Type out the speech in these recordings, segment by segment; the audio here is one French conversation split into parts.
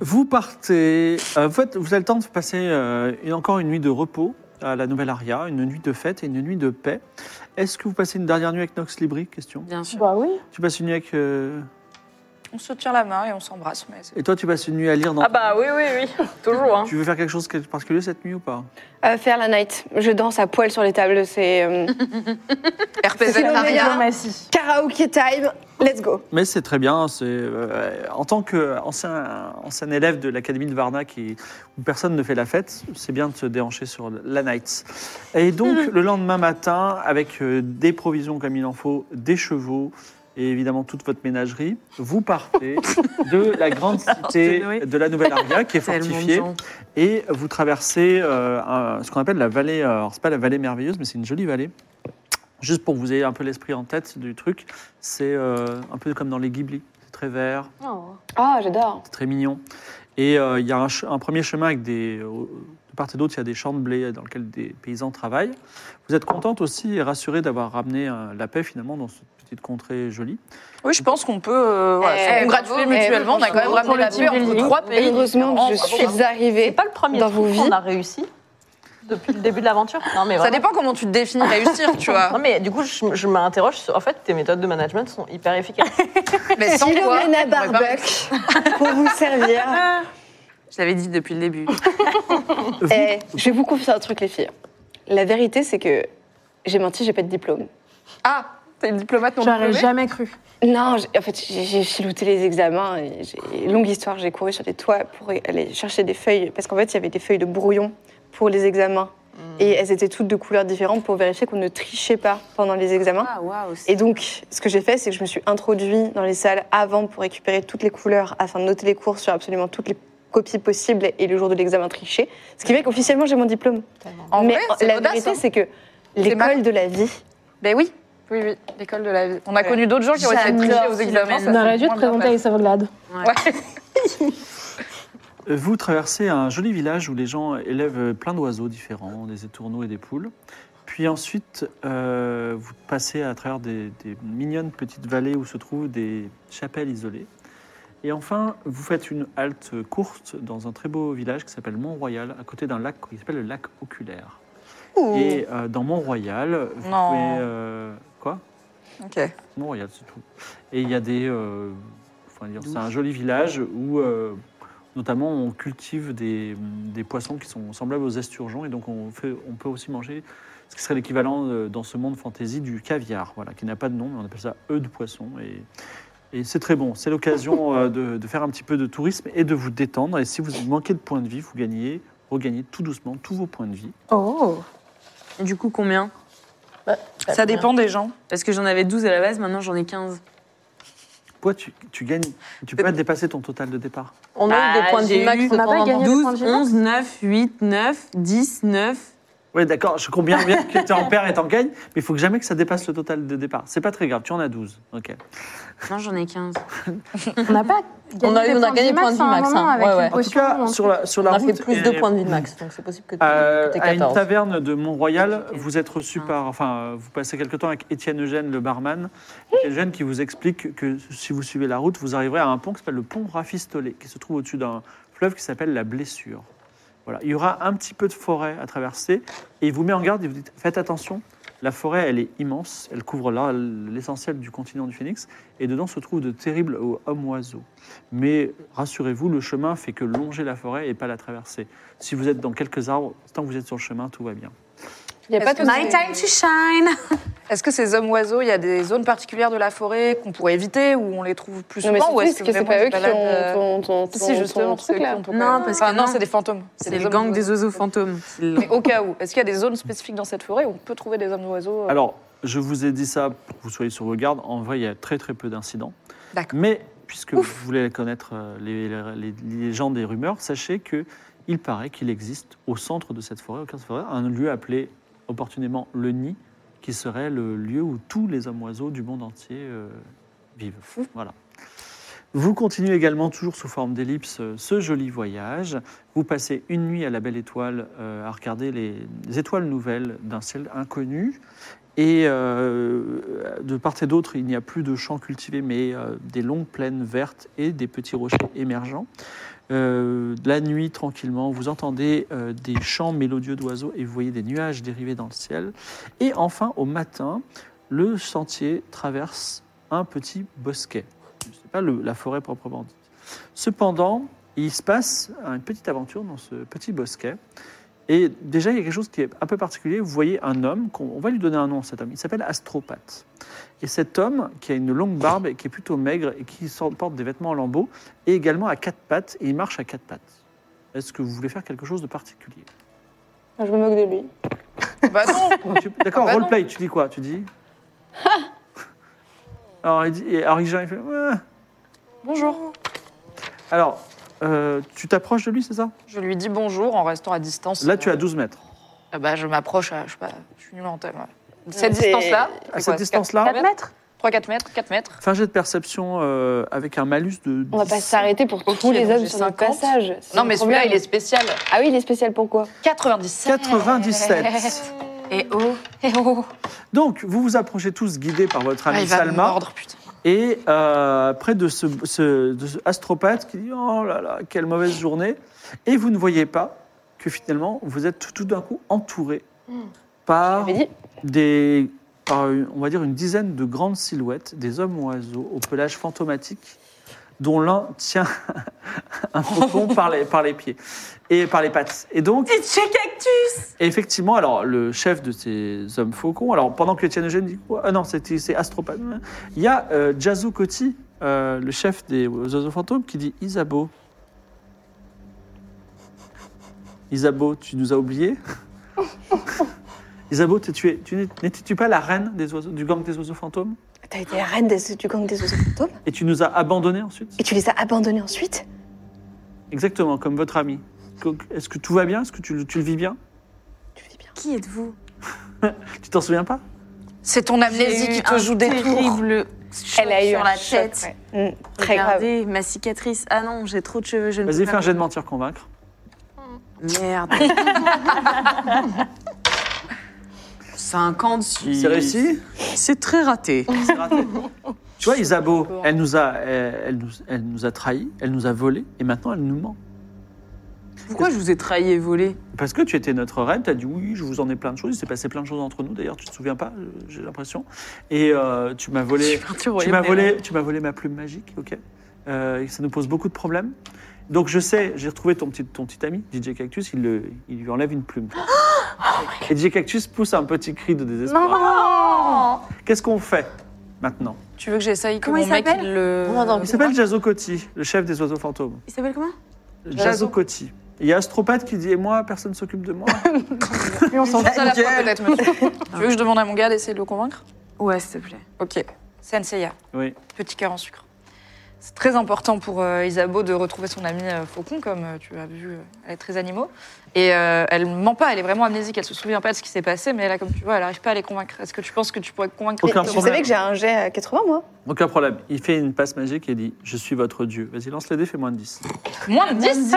Vous partez, euh, vous, êtes- vous avez le temps de passer euh, une- encore une nuit de repos à la Nouvelle Aria, une nuit de fête et une nuit de paix. Est-ce que vous passez une dernière nuit avec Nox Libri Question. Bien sûr. Bah oui. Tu passes une nuit avec. euh, On se tient la main Ah, et on s'embrasse. Mais c'est- Et toi, tu passes une nuit à lire dans. ah bah oui, oui, oui, toujours. Hein. Tu veux faire quelque chose de particulier cette nuit ou pas Euh, faire la night. Je danse à poil sur les tables. C'est euh, RPZ. Maria. Sinon, Maria. Diplomatie. karaoké time. Let's go. Mais c'est très bien. C'est euh, en tant qu'ancien ancien élève de l'académie de Varna, qui, où personne ne fait la fête, c'est bien de se déhancher sur la night. Et donc le lendemain matin, avec euh, des provisions comme il en faut, des chevaux et évidemment toute votre ménagerie, vous partez de la grande cité Noé. de la Nouvelle Aria, qui est Tellement de fortifiée, gens. et vous traversez euh, un- ce qu'on appelle la vallée. euh, Alors c'est pas la vallée merveilleuse, mais c'est une jolie vallée. Juste pour que vous ayez un peu l'esprit en tête du truc, c'est euh, un peu comme dans les Ghibli. C'est très vert, Ah, j'adore. c'est très mignon. Et euh, il y a un, ch- un premier chemin avec des. euh, de part et d'autre, il y a des champs de blé dans lesquels des paysans travaillent. Vous êtes contente aussi et rassurée d'avoir ramené euh, la paix finalement dans cette petite contrée jolie. Oui, je pense qu'on peut euh, voilà, Eh, se congratuler bravo. mutuellement. Eh, on a quand même bravo ramené pour la le paix team entre building. trois pays. Heureusement différents. que je Bravo. suis C'est arrivée. pas le premier Dans vos truc qu'on vies. a réussi depuis le début de l'aventure. Non, mais Ça vraiment. dépend comment tu définis réussir, tu vois. Non, mais du coup, je, je m'interroge. sur- En fait, tes méthodes de management sont hyper efficaces. Mais sans quoi, on Philomena pourrait pas- Barbuck pour vous servir. Je l'avais dit depuis le début. Eh, je vais vous confier un truc, les filles. La vérité, c'est que j'ai menti, j'ai pas de diplôme. Ah, t'es une diplomate non J'aurais diplômée jamais cru. Non, j'ai- en fait, j'ai j'ai filouté les examens. et j'ai- Longue histoire, j'ai couru sur des toits pour aller chercher des feuilles. Parce qu'en fait, il y avait des feuilles de brouillon pour les examens. Hmm. Et elles étaient toutes de couleurs différentes pour vérifier qu'on ne trichait pas pendant les examens. Ah, waouh. Et donc, ce que j'ai fait, c'est que je me suis introduite dans les salles avant pour récupérer toutes les couleurs afin de noter les cours sur absolument toutes les copies possibles et le jour de l'examen triché. Ce qui fait qu'officiellement, j'ai mon diplôme. En Mais vrai, c'est la l'audace, vérité, hein. c'est que mal. l'école de la vie, Ben oui, oui, oui, l'école de la vie. On a connu d'autres gens qui ont essayé de J'adore tricher aux examens. Philomène. ça On aurait s'est dû te moins bien présenter à Isavoglade. passé. Ouais. Vous traversez un joli village où les gens élèvent plein d'oiseaux différents, des étourneaux et des poules. Puis ensuite, euh, vous passez à travers des, des mignonnes petites vallées où se trouvent des chapelles isolées. Et enfin, vous faites une halte courte dans un très beau village qui s'appelle Mont-Royal, à côté d'un lac qui s'appelle le lac oculaire. Et euh, dans Mont-Royal, vous Oh. Non. pouvez... euh, quoi Ok. Montréal, c'est tout. Et il y a des. euh, enfin, dire, c'est un joli village où, euh, notamment, on cultive des, des poissons qui sont semblables aux esturgeons. Et donc, on, fait, on peut aussi manger ce qui serait l'équivalent euh, dans ce monde fantasy du caviar, voilà, qui n'a pas de nom, mais on appelle ça œufs de poisson. Et, et c'est très bon. C'est l'occasion euh, de, de faire un petit peu de tourisme et de vous détendre. Et si vous manquez de points de vie, vous gagnez, regagnez tout doucement tous vos points de vie. Oh Du coup, combien Ça dépend des gens. Parce que j'en avais 12 à la base, maintenant j'en ai 15. Toi, tu, tu gagnes. Tu peux pas dépasser ton total de départ. On a eu des Bah, points de j'ai vie max eu- de On n'a pas temps en temps. gagné. des 12, points de vie 11, 9, 8, 9, 10, 9. Oui, d'accord, je comprends bien que tu en perds et t'en gagnes, mais il faut que jamais que ça dépasse le total de départ. C'est pas très grave, tu en as 12. Ok. Non, j'en ai 15. On n'a pas gagné On a eu- des on a gagné points de vie max, hein. à un moment avec Ouais, une ouais. En tout potion, cas, un sur la, sur hein. On la a route. fait plus de euh, points de vie de max, donc c'est possible que tu euh, que t'aies à une 14. taverne de Mont-Royal, vous êtes reçu par. Enfin, euh, vous passez quelque temps avec Étienne Eugène, le barman. Étienne Eugène qui vous explique que si vous suivez la route, vous arriverez à un pont qui s'appelle le pont Rafistolé, qui se trouve au-dessus d'un fleuve qui s'appelle la Blessure. Voilà. Il y aura un petit peu de forêt à traverser, et il vous met en garde, il vous dit faites attention, la forêt, elle est immense, elle couvre là l'essentiel du continent du Phoenix, et dedans se trouvent de terribles hommes-oiseaux. Mais rassurez-vous, le chemin fait que longer la forêt et pas la traverser. Si vous êtes dans quelques arbres, tant que vous êtes sur le chemin, tout va bien. Il n'y a pas Est-ce de. que Night c'est- time. to shine. Est-ce que ces hommes oiseaux, il y a des zones particulières de la forêt qu'on pourrait éviter ou on les trouve plus Non, souvent mais ou c'est est-ce triste que c'est vraiment pas ils eux qui baladent, euh, ont ton, ton, Si, ton- justement, ton truc, là. c'est qu'on peut- Non, parce que Enfin, Ah, non, non. c'est des fantômes. C'est des les hommes gangs oiseaux. des oiseaux fantômes. Mais au cas où, est-ce qu'il y a des zones spécifiques dans cette forêt où on peut trouver des hommes oiseaux euh, Alors, je vous ai dit ça pour que vous soyez sur vos gardes. En vrai, il y a très très peu d'incidents. D'accord. Mais puisque vous voulez connaître euh, les, les- les légendes et rumeurs, sachez que il paraît qu'il existe au centre de cette forêt, au cœur de cette forêt, un lieu appelé opportunément le nid, qui serait le lieu où tous les hommes oiseaux du monde entier euh, vivent. Voilà. Vous continuez également, toujours sous forme d'ellipse, euh, ce joli voyage. Vous passez une nuit à la belle étoile euh, à regarder les, les étoiles nouvelles d'un ciel inconnu. Et euh, de part et d'autre, il n'y a plus de champs cultivés, mais euh, des longues plaines vertes et des petits rochers émergents. Euh, la nuit, tranquillement, vous entendez euh, des chants mélodieux d'oiseaux et vous voyez des nuages dériver dans le ciel. Et enfin, au matin, le sentier traverse un petit bosquet. Ce n'est pas le- la forêt proprement dite. Cependant, il se passe une petite aventure dans ce petit bosquet. Et déjà, il y a quelque chose qui est un peu particulier. Vous voyez un homme, qu'on- on va lui donner un nom, cet homme. Il s'appelle Astropathe. Et cet homme, qui a une longue barbe et qui est plutôt maigre et qui sort- porte des vêtements en lambeaux, est également à quatre pattes et il marche à quatre pattes. Est-ce que vous voulez faire quelque chose de particulier Je me moque de lui. Bah non Tu- D'accord, Ah bah non. roleplay, tu dis quoi Tu dis. alors, il dit, et alors, il gère, il fait. Ouais. Bonjour. Alors, euh, tu t'approches de lui, c'est ça Je lui dis bonjour en restant à distance. Là, tu es à 12 mètres. Ah bah, je m'approche, à- je sais pas, je suis nulle en thème. ouais. Cette C'est- distance-là À cette distance-là, 4 mètres 3-4 mètres 4 mètres fin jet de perception euh, avec un malus de. On va pas 10. s'arrêter pour Ok, tous les donc hommes j'ai sur notre 50. passage. C'est Non, le mais celui-là, il problème. est spécial. Ah oui, il est spécial, pourquoi 97 97. Et oh, Eh oh Donc, vous vous approchez tous guidés par votre ami Ah, il va me Salma mordre, putain. et euh, près de ce, ce- de ce astropathe qui dit Oh là là, quelle mauvaise journée. Et vous ne voyez pas que finalement, vous êtes tout, tout d'un coup entouré Hmm. par J'avais dit. des, par une- on va dire une dizaine de grandes silhouettes, des hommes oiseaux au pelage fantomatique, dont l'un tient un faucon par les, par les pieds et par les pattes. Et donc, et effectivement, alors le chef de ces hommes faucons, alors pendant que Étienne Eugène dit quoi Ah non, c'était- c'est Astropan. Il y a euh, Jazo Coty, euh, le chef des oiseaux fantômes, qui dit Isabeau. Isabeau, tu nous as oubliés Isabeau, t'es- tu es- tu n'es- n'étais-tu pas la reine des oiseaux, du gang des oiseaux fantômes T'as été la reine des- du gang des oiseaux fantômes Et tu nous as abandonnés ensuite et tu les as abandonnés ensuite Exactement, comme votre ami. Co- Est-ce que tout va bien Est-ce que tu, le- tu le vis bien Tu le dis bien. qui êtes-vous Tu t'en souviens pas C'est ton amnésie J'ai eu qui te un joue des tours. terrible choc Elle a eu sur un la choc, tête. ouais. Mm, très grave. Regardez ma cicatrice. Ah non, j'ai trop de cheveux, je ne Vas-y, peux fais un pas. jet de mentir convaincre. Merde. 56. C'est réussi C'est très raté. C'est raté. tu vois, Isabeau, elle nous a, elle, elle nous, elle nous a trahis, elle nous a volé, et maintenant elle nous ment. Pourquoi je vous ai trahi et volé Parce que tu étais notre reine, tu as dit oui, je vous en ai plein de choses, il s'est passé plein de choses entre nous, d'ailleurs, tu te souviens pas, euh, j'ai l'impression. Et euh, tu m'as volé, tu m'as volé, tu m'as volé ma plume magique, ok. Euh, et ça nous pose beaucoup de problèmes. Donc je sais, j'ai retrouvé ton petit, ton petit ami, DJ Cactus, il, le, il lui enlève une plume. et DJ Cactus pousse un petit cri de désespoir. Qu'est-ce qu'on fait maintenant Tu veux que j'essaye que Comment mon il mec s'appelle il le. Ah, Il s'appelle Jazo Coty, le chef des oiseaux fantômes. Il s'appelle comment Jazo Coty. Il y a Astropathe qui dit Et moi, personne s'occupe de moi. on s'en fout à la fois, peut-être. mais- tu veux que je demande à mon gars d'essayer de le convaincre Ouais, s'il te plaît. Ok. Senseiya, oui. petit cœur en sucre. C'est très important pour euh, Isabeau de retrouver son ami euh, Faucon, comme euh, tu as vu, euh, elle est très animaux. Et euh, elle ment pas, elle est vraiment amnésique, elle se souvient pas de ce qui s'est passé, mais là, comme tu vois, elle arrive pas à les convaincre. Est-ce que tu penses que tu pourrais convaincre Aucun quelqu'un Vous problème. savez que j'ai un jet à 80, moi Aucun problème. Il fait une passe magique et dit Je suis votre dieu. Vas-y, lance les dés, fais moins de 10. Moins de 10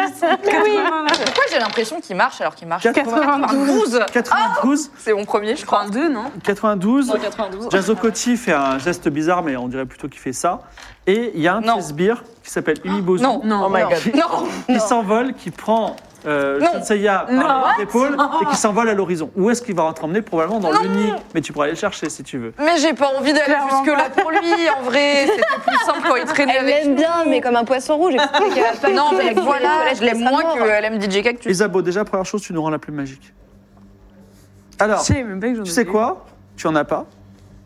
Pourquoi j'ai l'impression qu'il marche alors qu'il marche 92. 92, C'est mon premier, je crois. 32, non 92. 92. Jazo Coty fait un geste bizarre, mais on dirait plutôt qu'il fait ça. Et il y a un Non. petit sbire qui s'appelle Umibozu Non, Non. Oh my god. qui, non, qui s'envole, qui prend euh, Non. Senseiya par les épaules et qui s'envole à l'horizon. Où est-ce qu'il va t'emmener Probablement dans le nid. Mais tu pourras aller le chercher si tu veux. mais j'ai pas envie d'aller jusque-là pour lui, en vrai. C'était plus simple quand il traînait Elle avec l'aime bien, mais comme un poisson rouge. explique qu'elle a pas Non, été mais avec tous les voilà, toilettes, je l'aime ça moins mord. qu'elle aime DJ Cactus. Isabeau, déjà, première chose, tu nous rends la plume magique. Alors, Je savais même pas que j'en tu sais avais. quoi Tu en as pas,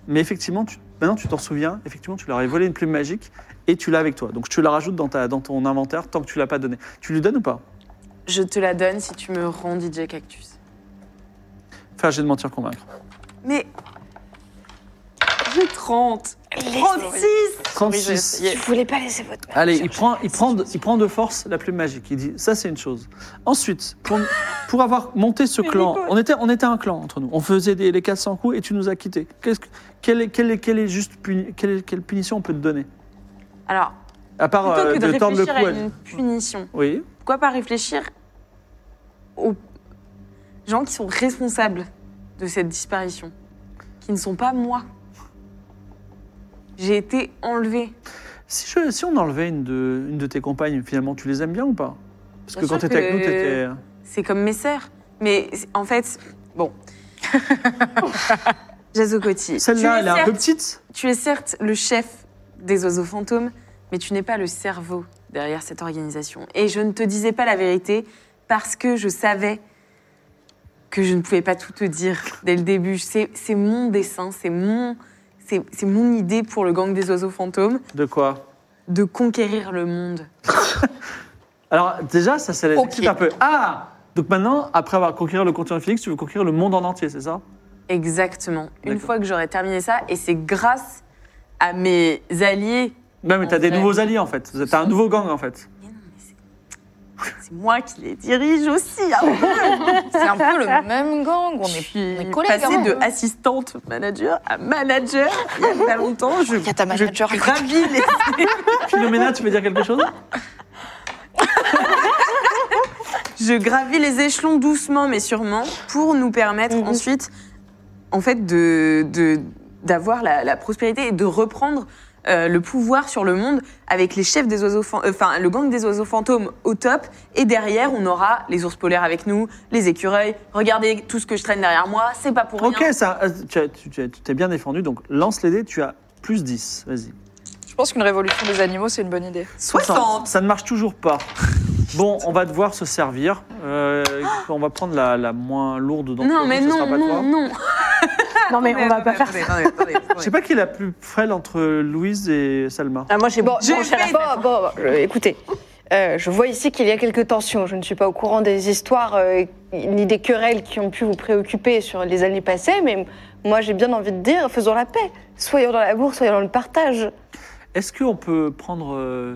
mais effectivement, tu- maintenant tu t'en souviens, effectivement, tu leur as volé une plume magique et tu l'as avec toi. Donc tu la rajoutes dans, ta, dans ton inventaire tant que tu l'as pas donné. Tu lui donnes ou pas Je te la donne si tu me rends DJ Cactus. Faire j'ai de mentir convaincre. Mais. J'ai 30. 36 36. Je voulais pas laisser votre mère. Allez, il prend, il, prend de, il prend de force la plume magique. Il dit, ça c'est une chose. Ensuite, pour, pour avoir monté ce clan, on était, on était un clan entre nous. On faisait des, les 400 coups et tu nous as quittés. Qu'est-ce que- quelle, est- quelle est- quelle est juste puni- quelle, est- quelle punition on peut te donner Alors, À part plutôt euh, que de de tordre le réfléchir cou. à elle- une punition, Oui, pourquoi pas réfléchir aux gens qui sont responsables de cette disparition, qui ne sont pas moi J'ai été enlevée. si, je- si on enlevait une de, une de tes compagnes, finalement, tu les aimes bien ou pas Parce Bien que quand sûr tu étais avec que- nous, euh, tu étais... C'est comme mes sœurs. Mais c'est- en fait, bon. Jazokoti, tu, es Celle-là, elle est un peu certes- petite. tu es certes le chef des oiseaux fantômes, mais tu n'es pas le cerveau derrière cette organisation. Et je ne te disais pas la vérité parce que je savais que je ne pouvais pas tout te dire dès le début. C'est c'est mon dessin, c'est mon, c'est c'est mon idée pour le gang des oiseaux fantômes De quoi de conquérir le monde. Alors déjà, ça, ça les Ok. excite un peu. Ah Donc maintenant, après avoir conquérir le continent Félix, tu veux conquérir le monde en entier, c'est ça Exactement. Une D'accord. fois que j'aurai terminé ça, et c'est grâce à mes alliés, Non, mais t'as En des fait. nouveaux alliés en fait. T'as un nouveau gang en fait. c'est moi qui les dirige aussi. hein. C'est un peu le même gang, on je est, suis on est collègues. passée hein. de assistante manager à manager il y a pas longtemps. Je Il y a ta manager. je gravis les- Philomena, tu veux dire quelque chose je gravis les échelons doucement mais sûrement pour nous permettre Mhm. ensuite, en fait, de de- d'avoir la, la prospérité et de reprendre euh, le pouvoir sur le monde avec les chefs des oiseaux, fan- euh, enfin le gang des oiseaux fantômes au top et derrière on aura les ours polaires avec nous, les écureuils. Regardez tout ce que je traîne derrière moi, c'est pas pour rien. Ok, ça, euh, tu as- tu tu- tu t'es bien défendu, donc lance les dés, tu as plus 10. Vas-y. Je pense qu'une révolution des animaux, c'est une bonne idée. 60 Ça ne marche toujours pas. Bon, on va devoir se servir. Euh, on va prendre la, la moins lourde d'entre Non nous, mais ce sera non, pas toi. non, non. Non, mais on va pas faire ça. Je sais pas qui est la plus frêle entre Louise et Salma. Ah, moi, j'ai Bon, j'ai bon, fait- bon, bon, bon, euh, écoutez, euh, je vois ici qu'il y a quelques tensions. Je ne suis pas au courant des histoires euh, ni des querelles qui ont pu vous préoccuper sur les années passées, mais moi j'ai bien envie de dire, faisons la paix. Soyons dans l'amour, soyons dans le partage. Est-ce qu'on peut prendre, euh,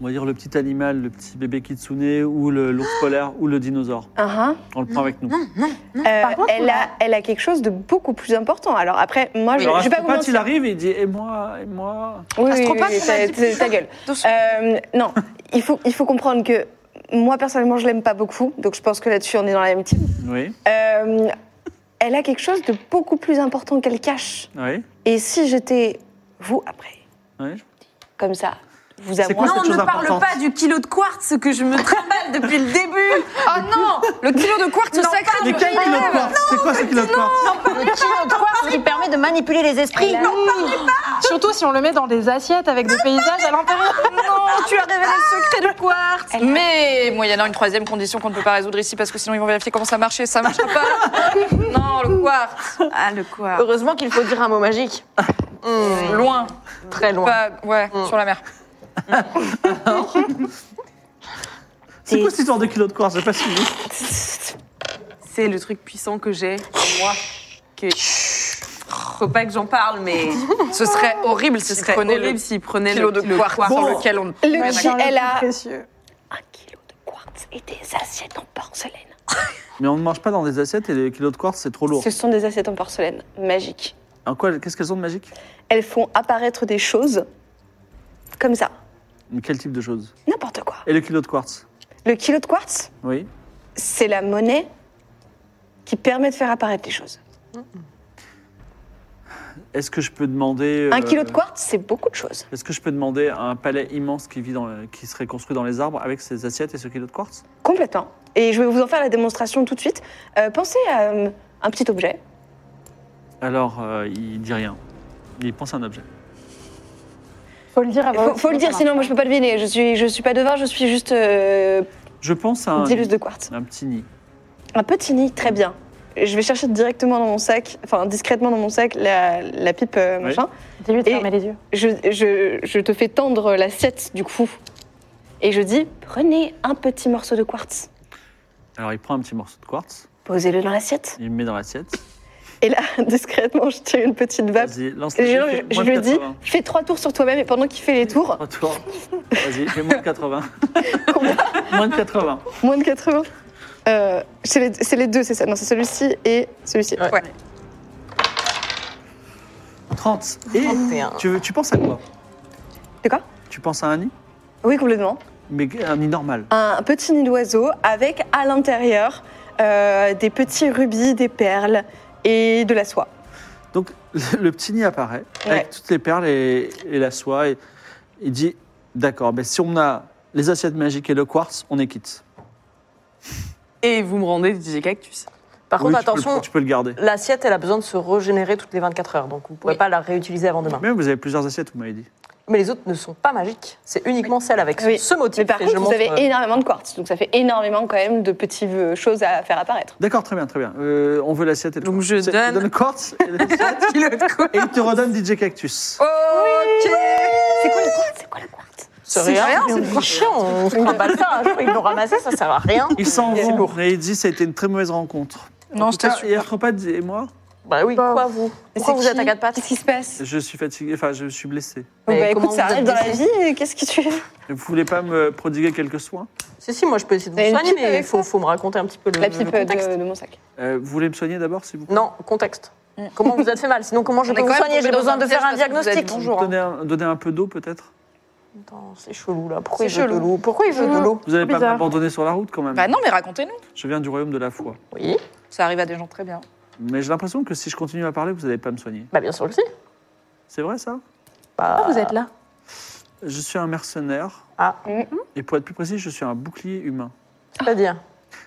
on va dire, le petit animal, le petit bébé kitsune, ou le- l'ours polaire, ou le dinosaure Hein, hein. On le prend avec nous. Euh, Par contre, elle, on a, elle a quelque chose de beaucoup plus important. Alors après, moi, je Alors, je vais pas vous Astropath, il mentir. arrive et il dit Et moi, et moi. Oui, oui, Astropath, oui, on a ta- dit ta- ta gueule. Euh, non, il faut, il faut comprendre que moi, personnellement, je l'aime pas beaucoup. Donc je pense que là-dessus, on est dans la même team. Oui, Euh, elle a quelque chose de beaucoup plus important qu'elle cache. oui. Et si j'étais vous après, Ouais. comme ça, vous C'est avez quoi Non, cette ne chose parle importante pas du kilo de quartz que je me trimballe depuis le début. Ah non Le kilo de quartz Non, sacré Mais du quel kilo de quartz C'est quoi ce kilo de quartz Le kilo de quartz qui permet de manipuler les esprits. Surtout si on le met dans des assiettes avec des paysages à l'intérieur. Non, tu as révélé le secret du quartz Mais moyennant une troisième condition qu'on ne peut pas résoudre ici parce que sinon ils vont vérifier comment ça marchait, ça marchera pas Non, le quartz Ah, le quartz. Heureusement qu'il faut dire un mot magique. Mmh, Loin, Mmh. très loin. pas, ouais, sur la mer. C'est quoi cette histoire de kilo de quartz J'ai pas suivi. C'est le truc puissant que j'ai en moi. Que... Faut pas que j'en parle, mais Ce serait horrible si ce ce serait prenait horrible le s'il prenait kilo de le quartz sur Bon. lequel on... Le qui- elle a Précieux. un kilo de quartz et des assiettes en porcelaine. Mais on ne mange pas dans des assiettes et les kilos de quartz, c'est trop lourd. Ce sont des assiettes en porcelaine magiques. En quoi Qu'est-ce qu'elles ont de magique Elles font apparaître des choses comme ça, Mais quel type de choses n'importe quoi. Et le kilo de quartz Le kilo de quartz, Oui. c'est la monnaie qui permet de faire apparaître les choses. Est-ce que je peux demander. Un euh, kilo de quartz, c'est beaucoup de choses. Est-ce que je peux demander à un palais immense qui, vit dans le- qui serait construit dans les arbres avec ses assiettes et ce kilo de quartz Complètement. Et je vais vous en faire la démonstration tout de suite. Euh, pensez à euh, un petit objet. Alors, euh, il dit rien. Il pense à un objet. Faut le dire à Faut, faut le dire, sinon moi je peux pas deviner. Je suis, je suis pas devin, je suis juste euh, Je pense à un, dileuse de quartz. un petit nid. Un petit nid, très bien. je vais chercher directement dans mon sac, enfin discrètement dans mon sac, la, la pipe euh, Oui. machin. Dis-lui de Et- fermer les yeux. Je, je- je te fais tendre l'assiette du coup. Et je dis, prenez un petit morceau de quartz, Alors il prend un petit morceau de quartz, posez-le dans l'assiette. il le met dans l'assiette. Et là, discrètement, je tire une petite vape. Vas-y, lance Et les je, chiffres, je- je moins de lui dis, 80. fais trois tours sur toi-même et pendant qu'il fait les tours, Retour. Vas-y, fais moins de 80. moins de 80. moins de 80. Euh, c'est les, c'est les deux, c'est ça Non, c'est celui-ci et celui-ci. Ouais. 30. Et 31. tu, veux- tu penses à quoi De quoi Tu penses à un nid Oui, complètement. Mais un nid normal. Un petit nid d'oiseau avec à l'intérieur euh, des petits rubis, des perles et de la soie. Donc le petit nid apparaît Ouais. avec toutes les perles et, et la soie et il dit d'accord, mais si on a les assiettes magiques et le quartz, on est quitte. Et vous me rendez le DJ Cactus. Par Oui, contre, tu peux le- attention, tu peux le garder. l'assiette, elle a besoin de se régénérer toutes les 24 heures, donc vous ne pouvez pas la réutiliser avant demain. Mais vous avez plusieurs assiettes, vous m'avez dit. Mais les autres ne sont pas magiques. C'est uniquement celle avec Oui. ce motif. Mais par et contre, je vous montre, avez euh, énormément de quartz, donc ça fait énormément quand même de petites euh, choses à faire apparaître. D'accord, très bien, très bien. Euh, on veut l'assiette et le Donc, quartz. je C'est- il donne- le quartz et l'assiette et il te redonne DJ Cactus. C'est quoi le quartz C'est quoi le quartz C'est rien, rien, c'est une chiant. On se trimballe ça, un hein, jour, ils l'ont ramassé, ça sert à rien. Ils s'en C'est vont. lourd. Et il dit ça a été une très mauvaise rencontre. Non, En tout c'était cas, super. Hier, repas et moi, Bah oui, quoi, vous Pourquoi vous êtes à quatre pattes Qu'est-ce qui se passe je suis fatigué, enfin, je suis blessé. Mais Bah écoute, comment ça vous arrive êtes Euh, dans la blessé vie, et qu'est-ce que tu Vous voulez pas me prodiguer quelques soins Si, si, moi je peux essayer de Eh, T'as une vous soigner, pipe mais avec il faut, ça faut me raconter un petit peu le, La le pipe contexte. de, de mon sac. Euh, Vous voulez me soigner d'abord, si vous plaît Non, contexte. Comment vous êtes fait mal Sinon, comment Mm. je On peux est vous quand même soigner J'ai tombé dans besoin un de faire un piège parce que vous êtes diagnostic. bon Donner un, donner un peu d'eau, peut-être Attends, C'est chelou là. Pourquoi il C'est veut de chelou. Mm. l'eau Pourquoi il veut de l'eau Vous allez pas Bizarre. m'abandonner sur la route, quand même Bah non, mais racontez-nous. Je viens du royaume de la foi. Oui, Ça arrive à des gens très bien. Mais j'ai l'impression que si je continue à parler, vous n'allez pas me soigner. bah bien sûr que si. C'est vrai, ça Ah, Ah, Bah, Vous êtes là. Je suis un mercenaire. Mm-hmm. Ah. Et pour être plus précis, je suis un bouclier humain. C'est-à-dire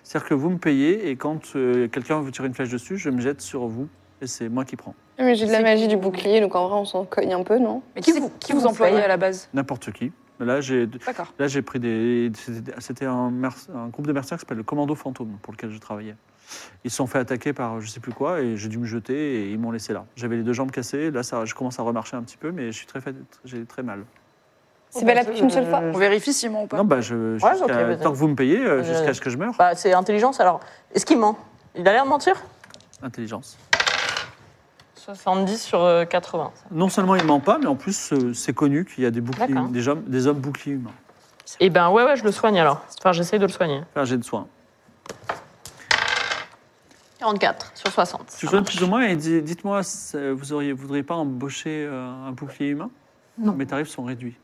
C'est-à-dire que vous me payez et quand euh, quelqu'un vous tire une flèche dessus, je me jette sur vous et c'est moi qui prends. Ah, Mais j'ai de la magie du bouclier, donc en vrai, on s'en cogne un peu, non Mais qui, c'est- qui vous employez à la base N'importe qui. Mais Là, j'ai D'accord. là, j'ai pris des. c'était- C'était un, merc- un groupe de mercenaires qui s'appelle le Commando Fantôme pour lequel je travaillais. Ils se sont fait attaquer par je sais plus quoi et j'ai dû me jeter et ils m'ont laissé là. J'avais les deux jambes cassées. Là, ça, je commence à remarcher un petit peu, mais je suis très fait- j'ai très mal. C'est valable qu'une euh, seule fois. On vérifie si ment ou pas. Non, bah, je, Ouais, jusqu'à- ok, vas-y. tant que vous me payez, euh, Euh, jusqu'à ce que je meure. Bah, c'est intelligence. Alors, est-ce qu'il ment Il a l'air de mentir Intelligence. 70 sur euh, 80. Non seulement il ment pas, mais en plus, euh, c'est connu qu'il y a des, boucliers, D'accord. des, hommes, des hommes boucliers humains. Et ben ouais, ouais, je le soigne alors. Enfin, j'essaye de le soigner. Faire un jet de soins. 44 sur 60. Tu soignes plus ou moins et dis- dites-moi, c'est- vous ne voudriez pas embaucher euh, un bouclier humain Non. Mes tarifs sont réduits.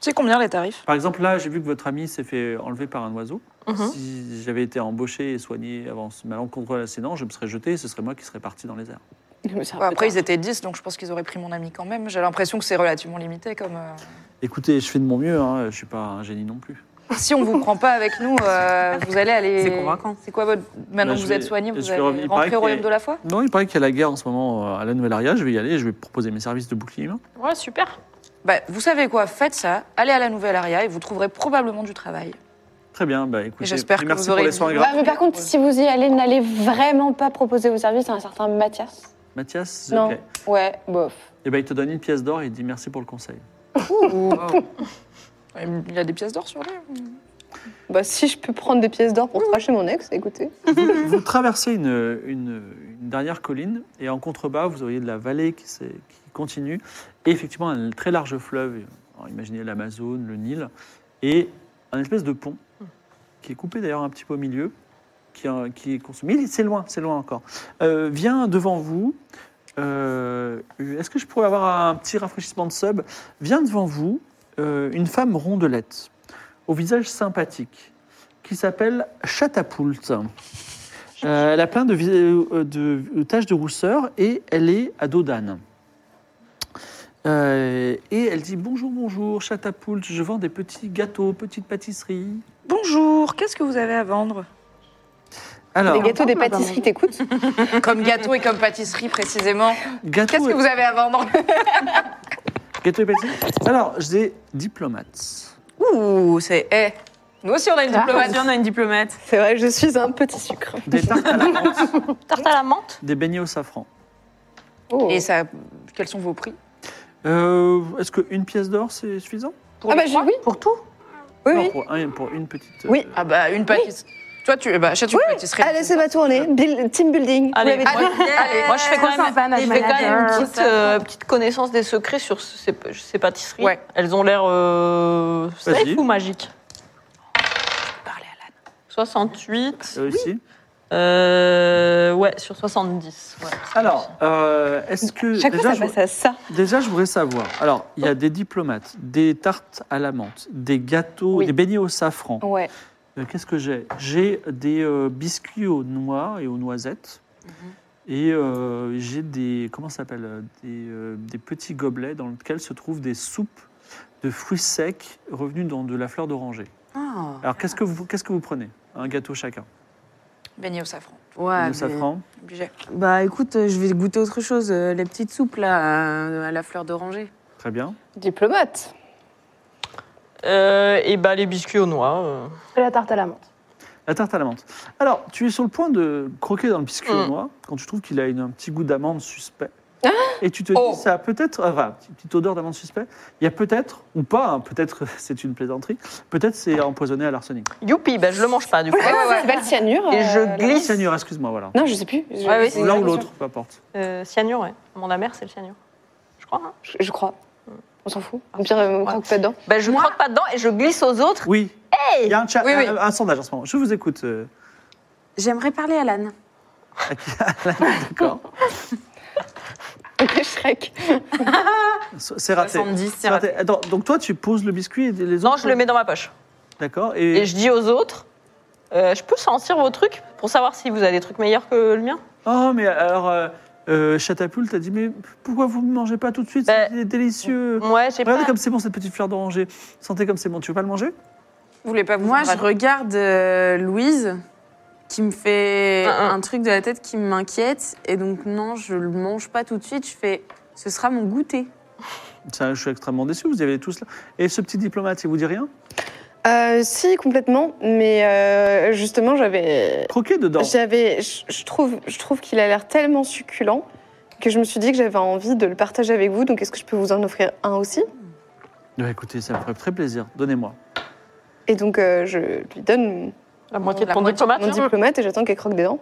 C'est combien les tarifs Par exemple, là, j'ai vu que votre ami s'est fait enlever par un oiseau. Mhm. Si j'avais été embauché et soigné avant ce malencontreux accident, je me serais jeté et ce serait moi qui serais parti dans les airs. Ouais, Après, ils étaient 10, donc je pense qu'ils auraient pris mon ami quand même. J'ai l'impression que c'est relativement limité comme. euh, Écoutez, je fais de mon mieux, hein, je ne suis pas un génie non plus. Si on vous prend pas avec nous, euh, vous allez aller. C'est convaincant. C'est quoi votre. Bah, Maintenant que je vous vais- êtes soigné, je vous vais allez revenir. Il paraît rentrer qu'il y au a- royaume de la foi Non, il paraît qu'il y a la guerre en ce moment euh, à la Nouvelle-Aria. Je vais y aller et je vais proposer mes services de bouclier humain. Ouais, super. Bah, vous savez quoi, faites ça, allez à la nouvelle aria et vous trouverez probablement du travail. Très bien, bah écoutez, Et j'espère que merci vous pour aurez les une soins vie- gratuits. Ouais. Bah, mais par contre, si vous y allez, n'allez vraiment pas proposer vos services à un certain Mathias. Mathias, Non. ok. Ouais, bof. Eh ben, il te donne une pièce d'or et il te dit merci pour le conseil. Il y a des pièces d'or sur lui. Bah si je peux prendre des pièces d'or pour tracher mon ex, écoutez. Vous, vous traversez une, une- une dernière colline et en contrebas, vous auriez de la vallée qui, s'est- qui continue et effectivement un très large fleuve. Alors, imaginez l'Amazone, le Nil et un espèce de pont qui est coupé d'ailleurs un petit peu au milieu, qui, euh, qui est consommé. Mais c'est loin, c'est loin encore. Euh, vient devant vous. euh, Est-ce que je pourrais avoir un petit rafraîchissement de sub Vient devant vous euh, une femme rondelette au visage sympathique qui s'appelle Chatapoult. Euh, elle a plein de, vis- euh, de- de taches de rousseur et elle est à dos d'âne. Euh, et elle dit bonjour, bonjour, Chatapoult, je vends des petits gâteaux, petites pâtisseries. Bonjour, qu'est-ce que vous avez à vendre Alors, Des gâteaux, des pâtisseries, t'écoutes Comme gâteau et comme pâtisserie précisément. gâteaux, Qu'est-ce que vous avez à vendre gâteaux et pâtisseries. Alors, j'ai diplomate. Ouh, c'est. Eh, Nous aussi, on a une diplomate. Ah, on a une diplomate. C'est vrai, je suis un petit sucre. Ah, Des tartes à la menthe, Tarte à la menthe des beignets au safran. Et ça, quels sont vos prix Euh, Est-ce qu'une pièce d'or, c'est suffisant Ah bah je- oui, Pour tout oui, Non, oui. Pour, un- pour une petite. Oui. Ah bah, une pâtisserie. Toi, tu bah, achètes une pâtisserie. Allez, c'est ma tournée. Build- team building. Allez, Ah, Vous l'avez allez. dit. Allez, moi, je fais quand même... sympa, notre Il fait quand même manager. une petite, euh, petite connaissance des secrets sur ces, ces pâtisseries. Ouais. Elles ont l'air euh, safe Vas-y. ou magiques 68. euh, ici. Euh, ouais, sur 70. ouais. Alors, euh, est-ce que. Chaque fois, déjà, ça je- passe à ça. Déjà, je voudrais savoir. Alors, il y a des diplomates, des tartes à la menthe, des gâteaux, Oui. des beignets au safran. Ouais. Euh, Qu'est-ce que j'ai J'ai des euh, biscuits aux noix et aux noisettes. Mhm. Et euh, j'ai des. Comment ça s'appelle euh, des, euh, des petits gobelets dans lesquels se trouvent des soupes de fruits secs revenus dans de la fleur d'oranger. Ah, Alors, qu'est-ce que vous, qu'est-ce que vous prenez Un gâteau chacun. Beignet au safran, Ouais, le Ah, mais- safran. obligé. Bah écoute, euh, je vais goûter autre chose. euh, Les petites soupes là, euh, à la fleur d'oranger. Très bien. Diplomate. Euh, et bah, les biscuits aux noix. euh. Et la tarte à la menthe. La tarte à la menthe. Alors, tu es sur le point de croquer dans le biscuit au Mm. noix quand tu trouves qu'il a une, un petit goût d'amande suspect. Et tu te Oh. dis, ça a peut-être. ah, Enfin, petite- petite odeur d'amande suspect. Il y a peut-être, ou pas, hein, peut-être c'est une plaisanterie, peut-être c'est empoisonné à l'arsenic. Youpi, bah, je le mange pas du coup. Ouais, ouais, ouais. Pas le cyanure. Et je euh, glisse. là-bas. Cyanure, excuse-moi, voilà. Non, je sais plus. Je- Ouais, oui, Ou c'est L'un ou l'autre, peu importe. Euh, cyanure, ouais. Mon mère, c'est le cyanure. Je crois. hein. Je, je crois. On s'en fout. Au pire, on croque pas dedans. Bah, je croque pas dedans et je glisse aux autres. Oui. Il y a un, chat- Oui, oui. un- un sondage en ce moment. Je vous écoute. euh, J'aimerais parler à l'âne. D'accord. Shrek. C'est raté. 70, C'est raté. Attends, donc toi, tu poses le biscuit et les autres. Non, je le mets dans ma poche. D'accord. Et je dis aux autres euh, Je peux sentir vos trucs pour savoir si vous avez des trucs meilleurs que le mien Oh, mais alors, euh, euh, Chatapul t'a dit, mais pourquoi vous ne mangez pas tout de suite Ben, C'est délicieux. Ouais, j'ai pas. Regardez comme c'est bon cette petite fleur d'oranger. Sentez comme c'est bon. Tu veux pas le manger Vous voulez pas vous Moi, je embrasser regarde euh, Louise qui me fait Un, un. un truc de la tête qui m'inquiète et donc non, je le mange pas tout de suite. Je fais, ce sera mon goûter. Ça, Je suis extrêmement déçu. Vous y avez tous là. Et ce petit diplomate, il vous dit rien Euh, si, complètement. Mais euh, justement, j'avais. Croquez dedans. J'avais. Je je trouve, je trouve qu'il a l'air tellement succulent que je me suis dit que j'avais envie de le partager avec vous. Donc, est-ce que je peux vous en offrir un aussi Ouais, écoutez, ça me ferait très plaisir. Donnez-moi. Et donc, euh, je lui donne La moitié de La ton moitié. diplomate hein. mon diplomate et j'attends qu'elle croque dedans.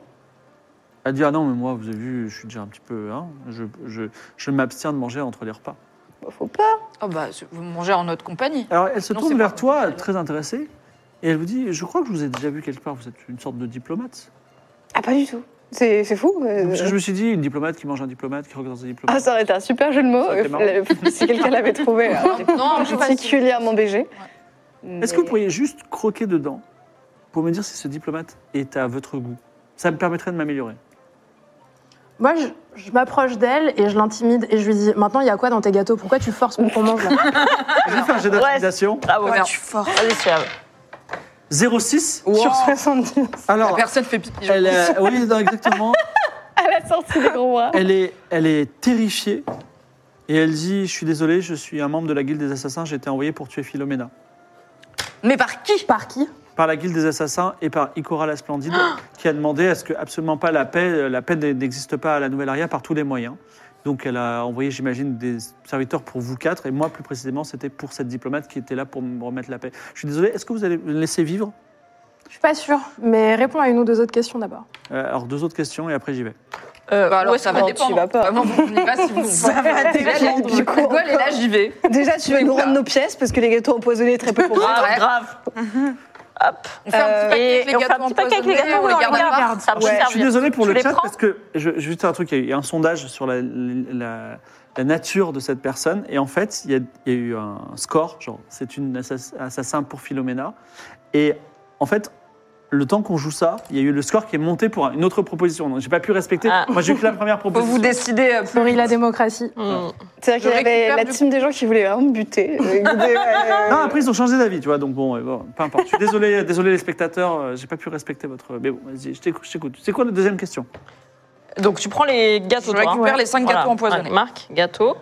Elle dit ah non mais moi vous avez vu je suis déjà un petit peu hein, je, je, je m'abstiens de manger entre les repas. Bah, faut pas. Oh bah, c'est- vous mangez en notre compagnie. Alors elle se Non, c'est tourne pas vers toi vrai. très intéressée et elle vous dit je crois que je vous ai déjà vu quelque part vous êtes une sorte de diplomate. Ah, pas du tout. C'est c'est fou. euh, Donc, Je me suis dit une diplomate qui mange un diplomate qui regarde un diplomate. Ah, ça aurait été un super jeu de mots Ça aurait été marrant. euh, si quelqu'un l'avait trouvé. alors, Non, je particulièrement BG. Est-ce que vous pourriez juste croquer dedans pour me dire si ce diplomate est à votre goût Ça me permettrait de m'améliorer. Moi, je, je m'approche d'elle et je l'intimide et je lui dis Maintenant, il y a quoi dans tes gâteaux Pourquoi tu forces pour qu'on mange là Je vais faire un jet d'intimidation. Ah ouais, tu forces. Allez, Siam. 06 Sur 70. La Alors, personne fait pipi. je elle, pense. est- oui, non, exactement. À la sortie des gros rois. Elle est, elle est terrifiée et elle dit Je suis désolée, je suis un membre de la guilde des assassins, j'ai été envoyé pour tuer Philomena. Mais par qui Par qui Par la guilde des assassins et par Ikora la Splendide, qui a demandé à ce que absolument pas la paix, euh, la paix n'existe pas à la Nouvelle Aria par tous les moyens. Donc elle a envoyé, j'imagine, des serviteurs pour vous quatre, et moi plus précisément, c'était pour cette diplomate qui était là pour me remettre la paix. Je suis désolé, est-ce que vous allez me laisser vivre Je suis pas sûre, mais réponds à une ou deux autres questions d'abord. Euh, Alors deux autres questions et après j'y vais. Euh, Bah, où alors, est-ce ça va qu'on- dépendre. tu vas pas. Vraiment, vous venez pas si vous. Ça va dépendre. Du coup, Google est là, encore. j'y vais. Déjà, tu vas nous rendre nos pièces parce que les gâteaux empoisonnés, très peu pour moi. Ah, Ouais. grave. Hop. On fait un petit paquet avec les Et on fait un gâteaux. petit paquet avec les empoisonnés, gâteaux, on les garde à part. Ça peut Ouais. servir. Je suis désolé pour Tu le les chat prends parce que je, je- juste un truc, il y a eu un sondage sur la, la- la nature de cette personne et en fait il y a, il y a eu un score, genre c'est une assass- assassin pour Philomena et en fait le temps qu'on joue ça, il y a eu le score qui est monté pour une autre proposition donc j'ai pas pu respecter. Ah. Moi j'ai eu que la première Faut vous proposition. décider. euh, Fleurir la démocratie. Hmm. C'est-à-dire qu'il y Je avait récupère la du team des gens qui voulaient vraiment me buter. Euh, des- euh, Non, après ils ont changé d'avis, tu vois, donc bon, euh, bon, peu importe. Je suis désolé, désolé les spectateurs, euh, j'ai pas pu respecter votre. Mais bon, vas-y, je t'écoute. je t'écoute. C'est quoi la deuxième question Donc, tu prends les gâteaux. Je toi, récupère hein. les cinq Voilà. gâteaux empoisonnés. Ouais, Marc, gâteau.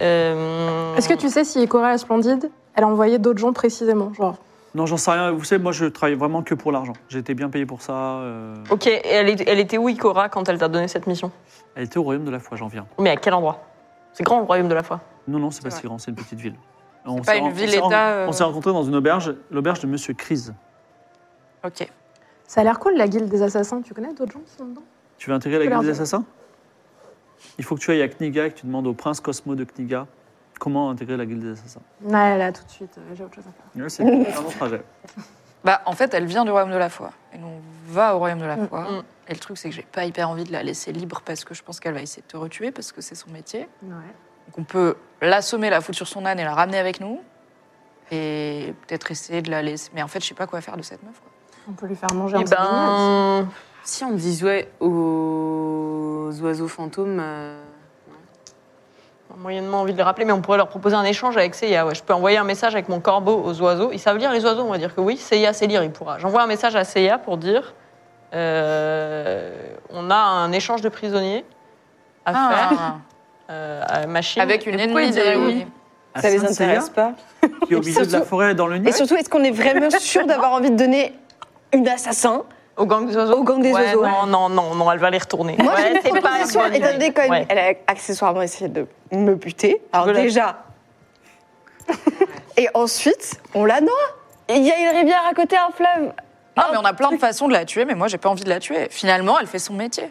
Euh, Est-ce que tu sais si Cora la Splendide, elle a envoyé d'autres gens précisément Genre, Non, j'en sais rien. Vous savez, moi, je travaille vraiment que pour l'argent. J'ai été bien payé pour ça. euh, Ok, et elle, est- elle était où, Ikora, quand elle t'a donné cette mission Elle était au royaume de la foi, j'en viens. Mais à quel endroit C'est grand, le royaume de la foi. Non, non, c'est pas C'est si grand, c'est une petite ville. On pas s'est une ren- on s'est ville-État, ren- euh. On s'est rencontrés dans une auberge, l'auberge de Monsieur Crise. Ok. Ça a l'air cool, la guilde des assassins. Tu connais d'autres gens qui sont dedans Tu veux intégrer la Couleur guilde des de- assassins Il faut que tu ailles à Kniga et que tu demandes au prince Cosmo de Kniga comment intégrer la guilde des assassins. Ouais, là, tout de suite, euh, j'ai autre chose à faire. Ouais, C'est un long trajet. Bah, en fait, elle vient du royaume de la foi. Et on va au royaume de la foi. mm. Et le truc, c'est que j'ai pas hyper envie de la laisser libre parce que je pense qu'elle va essayer de te retuer parce que c'est son métier. Ouais. Donc on peut l'assommer, la foutre sur son âne et la ramener avec nous. Et peut-être essayer de la laisser. Mais en fait, je sais pas quoi faire de cette meuf. quoi. On peut lui faire manger un Eh ben. Si on disait ouais, aux oiseaux fantômes. euh, on a Moyennement envie de les rappeler, mais on pourrait leur proposer un échange avec Seiya. Ouais, je peux envoyer un message avec mon corbeau aux oiseaux. Ils savent lire les oiseaux, on va dire que oui, Seiya sait lire, il pourra. J'envoie un message à Seiya pour dire euh, on a un échange de prisonniers à faire Ah, euh, à machine. avec une pourquoi ennemie il dirait des- oui À Ça les Saint-Célia, intéresse pas. Qui est au milieu de la surtout- forêt dans le Et nuage. surtout, est-ce qu'on est vraiment sûr d'avoir envie de donner une assassin Au gang des oiseaux Au gang des Ouais, oiseaux. Non, non, non, non, elle va les retourner. Moi, Ouais, j'ai une c'est pas proposition, une bonne étant donné idée. quand même, Ouais. elle a accessoirement essayé de me buter. Alors Voilà. déjà. Et ensuite, on la noie. Et Il y a une rivière à côté, un fleuve. Non, mais on a plein de façons de la tuer, mais moi, j'ai pas envie de la tuer. Finalement, elle fait son métier.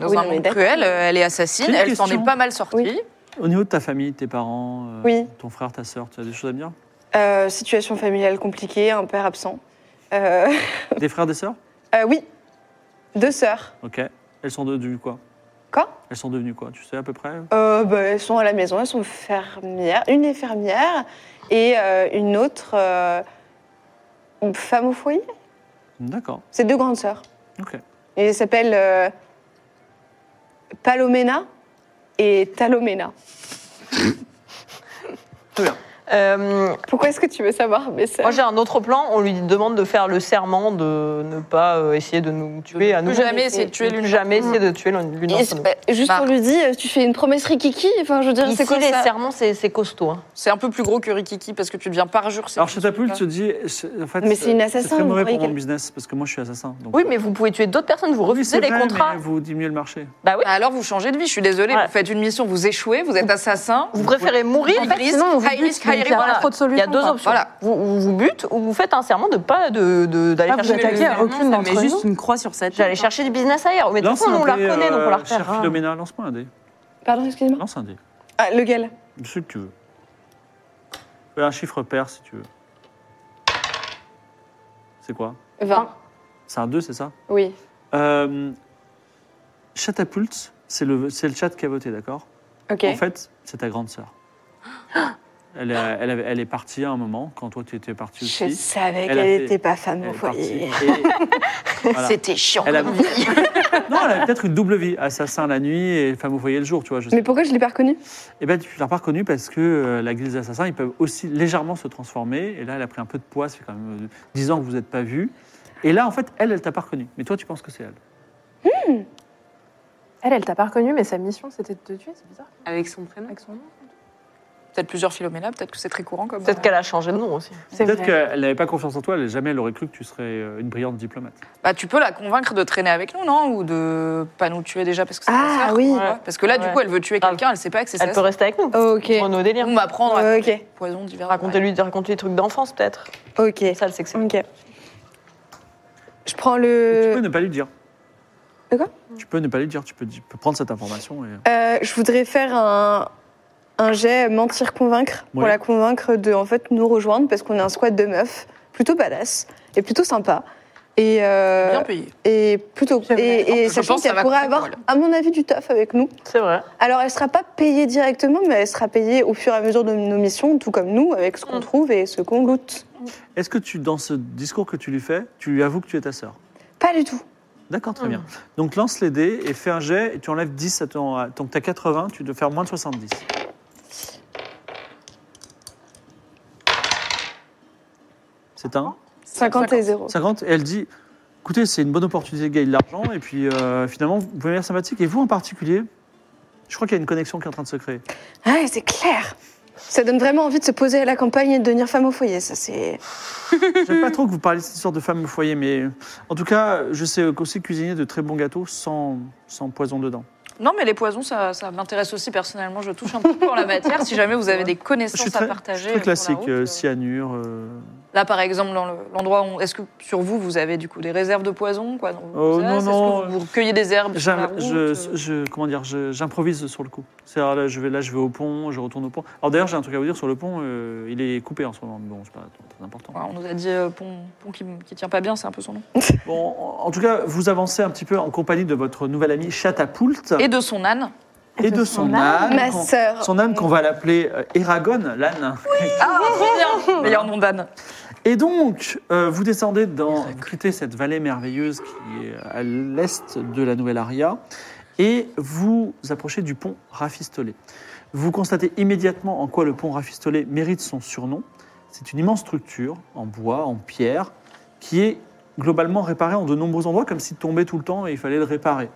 Dans Oui, un non, mais monde d'accord. cruel, euh, elle est assassine, Une elle s'en question. est pas mal sortie. Oui. Au niveau de ta famille, tes parents, euh, Oui. ton frère, ta sœur, tu as des choses à me dire Euh, situation familiale compliquée, un père absent. Euh, Des frères, des sœurs euh, oui, deux sœurs. Ok. Elles sont devenues quoi Quoi Elles sont devenues quoi Tu sais à peu près Euh, bah, Elles sont à la maison, elles sont fermières. Une est fermière et euh, une autre euh, une femme au foyer. D'accord. C'est deux grandes sœurs. Ok. Et elles s'appellent euh, Palomena et Talomena. Euh, Pourquoi est-ce que tu veux savoir mes sœurs Moi, j'ai un autre plan. On lui demande de faire le serment de ne pas euh, essayer de nous tuer à Plus nous. jamais essayer de tuer Ne l'une plus jamais essayer de tuer l'une l'une Et d'entre c'est- nous. bah, Juste Bah. on lui dit, euh, tu fais une promesse rikiki. Enfin, je veux dire, Ici, c'est quoi les ça serments, c'est c'est costaud. hein. C'est un peu plus gros que Rikiki parce que tu deviens parjure. c'est- Alors, Chatapult te dit, c'est- en fait, euh, Mais c'est une assassin, C'est très vous mauvais croyez pour mon qu'elle- business parce que moi, je suis assassin. donc- Oui, mais vous pouvez tuer d'autres personnes. Vous Oui, refusez c'est les vrai, contrats. mais Vous diminuez le marché. Bah oui. Bah alors vous changez de vie, je suis désolée. Ouais. Vous faites une mission, vous échouez, vous êtes assassin. Vous préférez mourir. En en fait, grise, sinon, on vous high bute, risk, mais high il y a reward. trop de Il y a solutions, deux quoi. options. Voilà. Vous, vous vous butez ou vous faites un serment de pas de de- d'aller Ah, vous chercher. attaquez du business. à aucune ça met d'entre juste nous. une croix sur sa tête. J'allais chercher du business ailleurs. Mais de toute Lance façon, nous, un on la dé, reconnaît, donc on la hein. euh, Cher repère. Philomena, lance-moi un dé. Pardon, excusez-moi. Lance un dé. Ah, lequel Ce que tu veux. Fais Un chiffre pair si tu veux. C'est quoi 20. C'est un 2, c'est ça Oui. euh, Chatapult, c'est le, c'est le chat qui a voté, d'accord Ok. En fait, c'est ta grande sœur. Elle, a- elle, avait- elle est partie à un moment, quand toi tu étais parti je aussi. savais Elle qu'elle a fait- n'était pas femme Elle au est partie. foyer. Et- voilà. C'était chiant. Elle a... non, elle a peut-être une double vie, assassin la nuit et femme au foyer le jour, tu vois. Je sais Mais pourquoi je l'ai pas reconnue Eh ben, tu l'as pas reconnu parce que euh, la guilde des assassins, ils peuvent aussi légèrement se transformer. Et là, elle a pris un peu de poids, ça fait quand même euh, 10 ans que vous n'êtes pas vu. Et là, en fait, elle, elle t'a pas reconnu. Mais toi, tu penses que c'est elle. Elle, elle t'a pas reconnu, mais sa mission, c'était de te tuer. C'est bizarre, Avec son prénom. avec son nom. Peut-être plusieurs Philomena, peut-être que c'est très courant comme. euh, Peut-être qu'elle a changé de nom aussi. C'est Peut-être vrai. qu'elle n'avait pas confiance en toi, elle, jamais elle aurait cru que tu serais euh, une brillante diplomate. Bah tu peux la convaincre de traîner avec nous, non Ou de pas nous tuer déjà parce que c'est ta Ah, sœur, oui. Ah. tu vois. Parce que là, du Ouais. coup, elle veut tuer Grave. quelqu'un, elle sait pas que c'est Mm. Elle ça. peut rester avec nous. Ok. Pour nos délires. Ou m'apprendre à Ok. poison divers. Racontez-lui raconter des trucs d'enfance, peut-être. Ok. Ça, elle sait que c'est. Ok. Je prends Tu peux le. ne pas lui dire. Euh, De quoi Tu peux ne pas lui dire, tu peux, tu peux prendre cette information. Et... Euh, je voudrais faire un, un jet mentir-convaincre pour Ouais. la convaincre de en fait, nous rejoindre parce qu'on est un squad de meufs plutôt badass et plutôt sympa. Et, euh, Bien payé. et plutôt. J'aime bien. Et, et Je sachant pense que ça qu'elle va pourrait compter pour avoir, à mon avis, du taf avec nous. C'est vrai. Alors, elle sera pas payée directement, mais elle sera payée au fur et à mesure de nos missions, tout comme nous, avec ce qu'on Mm. trouve et ce qu'on goûte. Est-ce que tu, dans ce discours que tu lui fais, tu lui avoues que tu es ta sœur Pas du tout. D'accord, très Mm. bien. Mmh. Donc lance les dés et fais un jet et tu enlèves 10 à ton. Donc tu as 80, tu dois faire moins de 70. C'est un 50 et 0. 50 et elle dit écoutez c'est une bonne opportunité de gagner de l'argent et puis euh, finalement vous pouvez être sympathique et vous en particulier je crois qu'il y a une connexion qui est en train de se créer Ah, c'est clair. Ça donne vraiment envie de se poser à la campagne et de devenir femme au foyer. Ça, c'est. J'aime pas trop que vous parliez de cette sorte de femme au foyer, mais euh, en tout cas, je sais aussi cuisiner de très bons gâteaux sans, sans poison dedans. Non, mais les poisons, ça, ça m'intéresse aussi personnellement. Je touche un petit peu en la matière. Si jamais vous avez des Je suis connaissances très, je à suis partager. très pour la classique, route, euh, euh, cyanure. euh, Là, par exemple, dans le- l'endroit où. on- Est-ce que sur vous, vous avez du coup des réserves de poison quoi, dans vos Oh, posaces non, non, Est-ce que vous, vous cueillez des herbes sur la J'aime- route Euh, Je, je- comment dire, je- j'improvise sur le coup. C'est-à-dire là, je vais là, je vais au pont, je retourne au pont. Alors d'ailleurs, j'ai un truc à vous dire sur le pont. euh, il est coupé en ce moment, mais bon, c'est pas très important. Ouais, on nous a dit euh, pont, pont qui, qui tient pas bien, c'est un peu son nom. Bon, en en tout cas, vous avancez un petit peu en compagnie de votre nouvel ami Chatapoult Et de son âne. et de son âne. Ma qu'on- sœur. Ah, Son âne qu'on va l'appeler euh, Eragon, l'âne. Ah, trop bien Meilleur nom d'âne. Et donc, euh, vous descendez dans, vous quittez cette vallée merveilleuse qui est à l'est de la Nouvelle-Aria et vous approchez du pont Rafistolé. Vous constatez immédiatement en quoi le pont Rafistolé mérite son surnom. C'est une immense structure en bois, en pierre, qui est globalement réparée en de nombreux endroits, comme s'il tombait tout le temps et il fallait le réparer.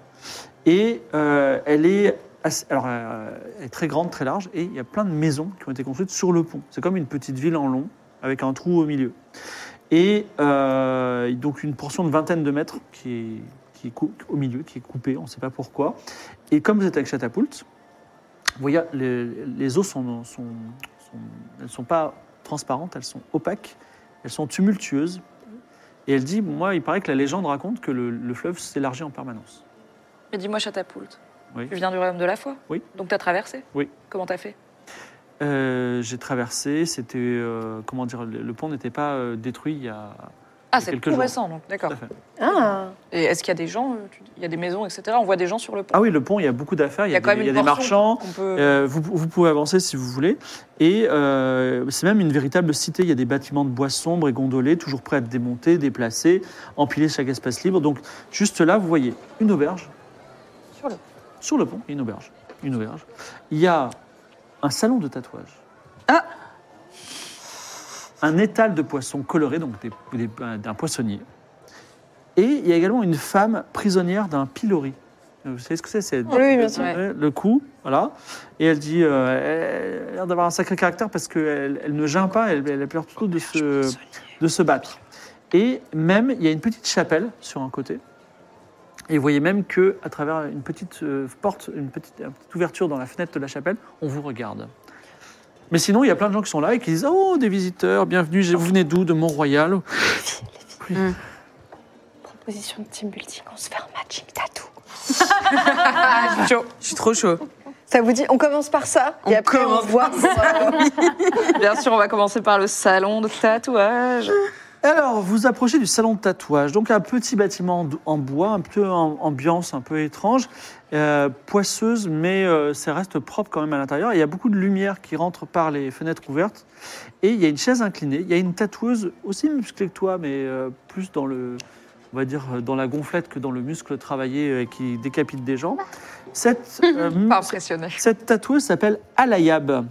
Et euh, elle est assez- alors, euh, elle est très grande, très large, et il y a plein de maisons qui ont été construites sur le pont. C'est comme une petite ville en long, avec un trou au milieu. Et euh, donc une portion de vingtaine de mètres qui est, qui est cou- au milieu, qui est coupée, on ne sait pas pourquoi. Et comme vous êtes avec Chatapoult, vous voyez, les, les eaux sont, sont- sont- elles sont pas transparentes, elles sont opaques, elles sont tumultueuses. Et elle dit, moi, il paraît que la légende raconte que le, le fleuve s'élargit en permanence. Mais dis-moi, Chatapoult, Oui. tu viens du royaume de la foi Oui. Donc t'as traversé Oui. Comment t'as fait Euh, J'ai traversé, c'était, euh, comment dire, le, le pont n'était pas euh, détruit il y a... Ah, Il y a c'est quelques tout jours. récent, donc d'accord. Tout à fait. Ah. Et est-ce qu'il y a des gens euh, tu dis- Il y a des maisons, etc. On voit des gens sur le pont. Ah oui, le pont, il y a beaucoup d'affaires, il y a, des- il y a des portion marchands, qu'on peut- Euh, vous, vous pouvez avancer si vous voulez. Et euh, c'est même une véritable cité. Il y a des bâtiments de bois sombres et gondolés, toujours prêts à être démontés, déplacés, empilés chaque espace libre. Donc, juste là, vous voyez une auberge. Sur le pont. Sur le pont, il y a une auberge. Une auberge. Il y a un salon de tatouage. Ah. Un étal de poissons colorés, donc des- des- d'un poissonnier. Et il y a également une femme prisonnière d'un pilori. Vous savez ce que c'est c'est- Oui, bien sûr. Ouais, Le cou, voilà. Et elle dit, euh, elle a l'air d'avoir un sacré caractère parce qu'elle elle ne geint pas, elle, elle a peur plutôt de se, de se battre. Et même, il y a une petite chapelle sur un côté. Et vous voyez même que à travers une petite euh, porte, une petite, une petite ouverture dans la fenêtre de la chapelle, on vous regarde. Mais sinon, il y a plein de gens qui sont là et qui disent Oh, des visiteurs, bienvenue, vous venez d'où De Mont-Royal Mmh. Proposition de team building, on se fait un matching tattoo. Ah, chaud. Je suis trop chaud. Ça vous dit, on commence par ça et On après commence on voit. Bien sûr, on va commencer par le salon de tatouage. Mmh. Alors, vous approchez du salon de tatouage, donc un petit bâtiment d- en bois, un peu en- ambiance un peu étrange, euh, poisseuse, mais euh, ça reste propre quand même à l'intérieur. Il y a beaucoup de lumière qui rentre par les fenêtres ouvertes, et il y a une chaise inclinée. Il y a une tatoueuse aussi musclée que toi, mais euh, plus dans le, on va dire, euh, dans la gonflette que dans le muscle travaillé euh, qui décapite des gens. Cette, euh, Pas impressionné. cette tatoueuse s'appelle Alayab.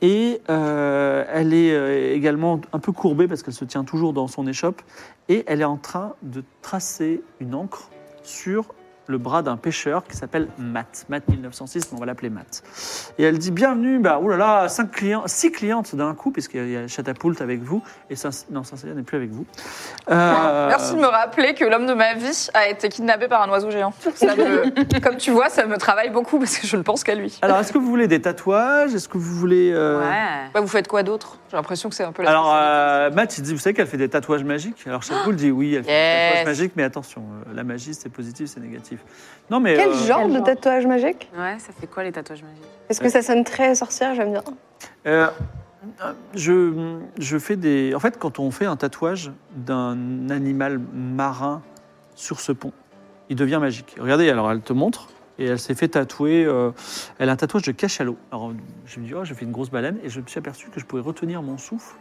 Et euh, elle est euh, également un peu courbée parce qu'elle se tient toujours dans son échoppe. Et elle est en train de tracer une encre sur le bras d'un pêcheur qui s'appelle Matt. Matt 1906, mais on va l'appeler Matt. Et elle dit Bienvenue, bah, oh là là, cinq clients, six clientes d'un coup, puisqu'il y a Chatapoult avec vous. Et Saint non, saint n'est plus avec vous. Euh, Merci de me rappeler que l'homme de ma vie a été kidnappé par un oiseau géant. Ça me- comme tu vois, ça me travaille beaucoup parce que je ne pense qu'à lui. Alors, est-ce que vous voulez des tatouages Est-ce que vous voulez. euh, Ouais. Bah, vous faites quoi d'autre J'ai l'impression que c'est un peu la Alors, spécialité. euh, Matt, il dit, vous savez qu'elle fait des tatouages magiques Alors, Chapoul dit, oui, elle fait des Yes. tatouages magiques, mais attention, euh, la magie, c'est positif, c'est négatif. Non, mais... Quel euh, genre quel de genre tatouage magique Ouais, ça fait quoi les tatouages magiques Est-ce que ça sonne très sorcière Je vais me dire. euh, je, je fais des... En fait, quand on fait un tatouage d'un animal marin sur ce pont, il devient magique. Regardez, alors, elle te montre, et elle s'est fait tatouer... euh, elle a un tatouage de cachalot. Alors, je me dis, oh, j'ai fait une grosse baleine, et je me suis aperçu que je pouvais retenir mon souffle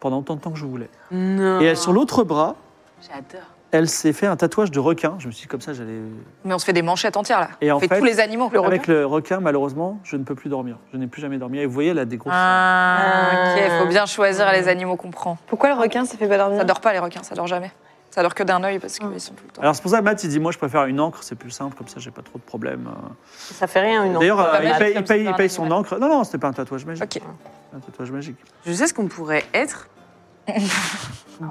pendant autant de temps que je voulais. Non. Et elle, sur l'autre bras, J'adore. elle s'est fait un tatouage de requin. Je me suis dit, comme ça, j'allais. Mais on se fait des manchettes entières là. Et on en fait, fait, tous les animaux. Le Avec le requin, malheureusement, je ne peux plus dormir. Je n'ai plus jamais dormi. Et vous voyez, elle a des grosses. Ah, ok, faut bien choisir les animaux qu'on prend. Pourquoi le requin ça fait pas dormir Ça dort pas les requins, ça dort jamais. Ça leur que d'un œil parce qu'ils sont tout le temps. Ah. Alors c'est pour ça, Matt, il dit Moi, je préfère une encre, c'est plus simple, comme ça, j'ai pas trop de problèmes. euh. Ça fait rien, une D'ailleurs, encre. euh, il Bah, paye, comme il paye- c'est il un paye son animal. encre. Non, non, c'était pas un tatouage magique. Ok. Un tatouage magique. Je sais ce qu'on pourrait être.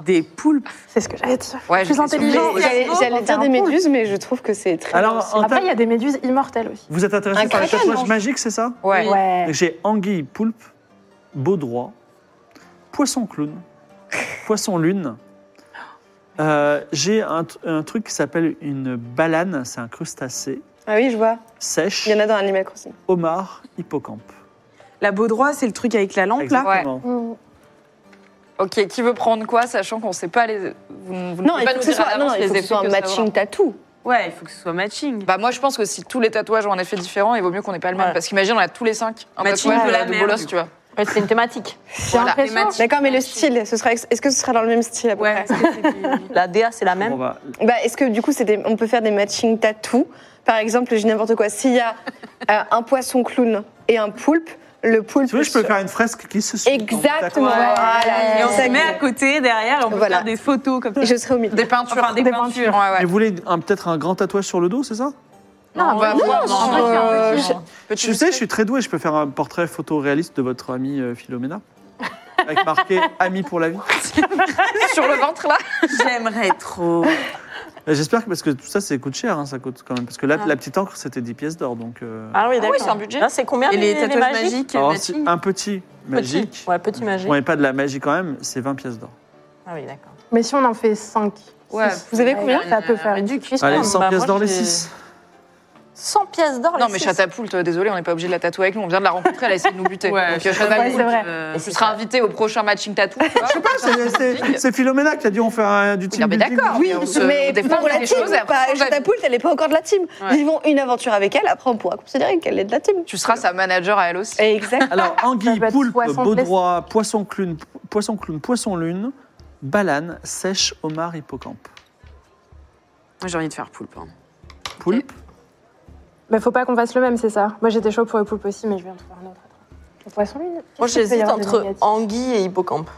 Des poulpes. C'est ce que j'allais dire. Ouais, Plus j'ai- intelligent. mais- J'allais j'allais dire des Un poulpe. méduses, mais je trouve que c'est très. Alors, en Après, ta- il y a des méduses immortelles aussi. vous êtes intéressé Un par les kraken, tatouages non magiques, c'est ça Ouais. Ouais. J'ai anguille poulpe, baudroie, poisson clown, poisson lune. Euh, j'ai un, tr- un truc qui s'appelle une balane, c'est un crustacé, Ah oui, je vois. sèche, Il y en a dans Animal Crossing. homard, hippocampe. La baudroie, c'est le truc avec la lampe, là Exactement. Ok, qui veut prendre quoi, sachant qu'on sait pas les. Vous, ne- vous ne Non, pouvez il pas faut nous que ce dire à soit, non, l'avance il les faut que effets ce soit un que ça va avoir. matching tattoo. Ouais, il faut que ce soit matching. Bah moi je pense que si tous les tatouages ont un effet différent, il vaut mieux qu'on n'ait pas le même. Ouais. Parce qu'imagine on a tous les cinq un Matching tatouage de de la la de merde. bolos, tu vois. Ouais, c'est une thématique. J'ai Voilà, les l'impression. matchs. D'accord, mais le style, ce sera. Est-ce que ce sera dans le même style à peu près ouais, parce que c'est du- La DA, c'est la même. Bon, bah, Bah, est-ce que du coup, c'est des- on peut faire des matching tattoos Par exemple, j'ai n'importe quoi. S'il y a euh, un poisson clown et un poulpe, le poulpe. si vous voulez, je peux faire une fresque qui se suit. Exactement. Donc, Voilà. Et Euh, on se Exactement. met à côté, derrière, et on peut Voilà. faire des photos comme ça. Et je serai au milieu. Des peintures. Enfin, des Ouais, peintures. Et ouais. vous voulez un- peut-être un grand tatouage sur le dos, c'est ça Non, on va voir. non, non, non, on va- non. Je sais, Petit je mystère. suis très doué, je peux faire un portrait photo réaliste de votre amie euh, Philomena. Avec marqué Ami pour la vie. sur le ventre là. J'aimerais trop. Euh, J'espère que, parce que tout ça, ça coûte cher, hein, ça coûte quand même. Parce que là, la petite encre, c'était 10 pièces d'or, donc. euh, Ah oui, Ah d'accord. oui, c'est un budget. Là, c'est combien Et les tatouages magiques magiques, alors, matching si- un petit magique. Petit. Ouais, petit magique. Bon, et pas de la magie quand même, c'est 20 pièces d'or. Ah oui, d'accord. Mais si on en fait 5. Ouais. Vous avez combien Ça peut faire une cuisse. Allez, bah, 100 moi, pièces d'or, les j'ai- 6. 100 pièces d'or. Non les mais six. Chatapoult, euh, désolé, on n'est pas obligé de la tatouer avec nous. On vient de la rencontrer, elle a essayé de nous buter. Donc euh, Ouais, c'est Chatapoult, vrai. Euh, tu seras invité au prochain matching tattoo. tu vois. Ah, C'est- C'est c'est Philomena qui a dit on fait un- du Ah Oui, team non, mais building. d'accord. Oui, on se- mais on défend pour la des team, choses et après, pas on va- Jatapoult, elle n'est pas encore de la team. Ouais. Vivons une aventure avec elle, après on pourra considérer qu'elle est de la team. Tu seras sa manager à elle aussi. Exact. Alors, Ça anguille, peut être poulpe, poisson baudroie, poisson clown, poisson clown, poisson lune, balane, sèche, homard, hippocampe. Moi, j'ai envie de faire poulpe. hein. Poulpe Mais Bah, faut pas qu'on fasse le même, c'est ça. Moi j'étais chaud pour le poulpe aussi, mais je vais en trouver un autre. Le poisson lune. Moi, Qu'est-ce qu'il peut y j'hésite avoir de entre négatif anguille et hippocampe.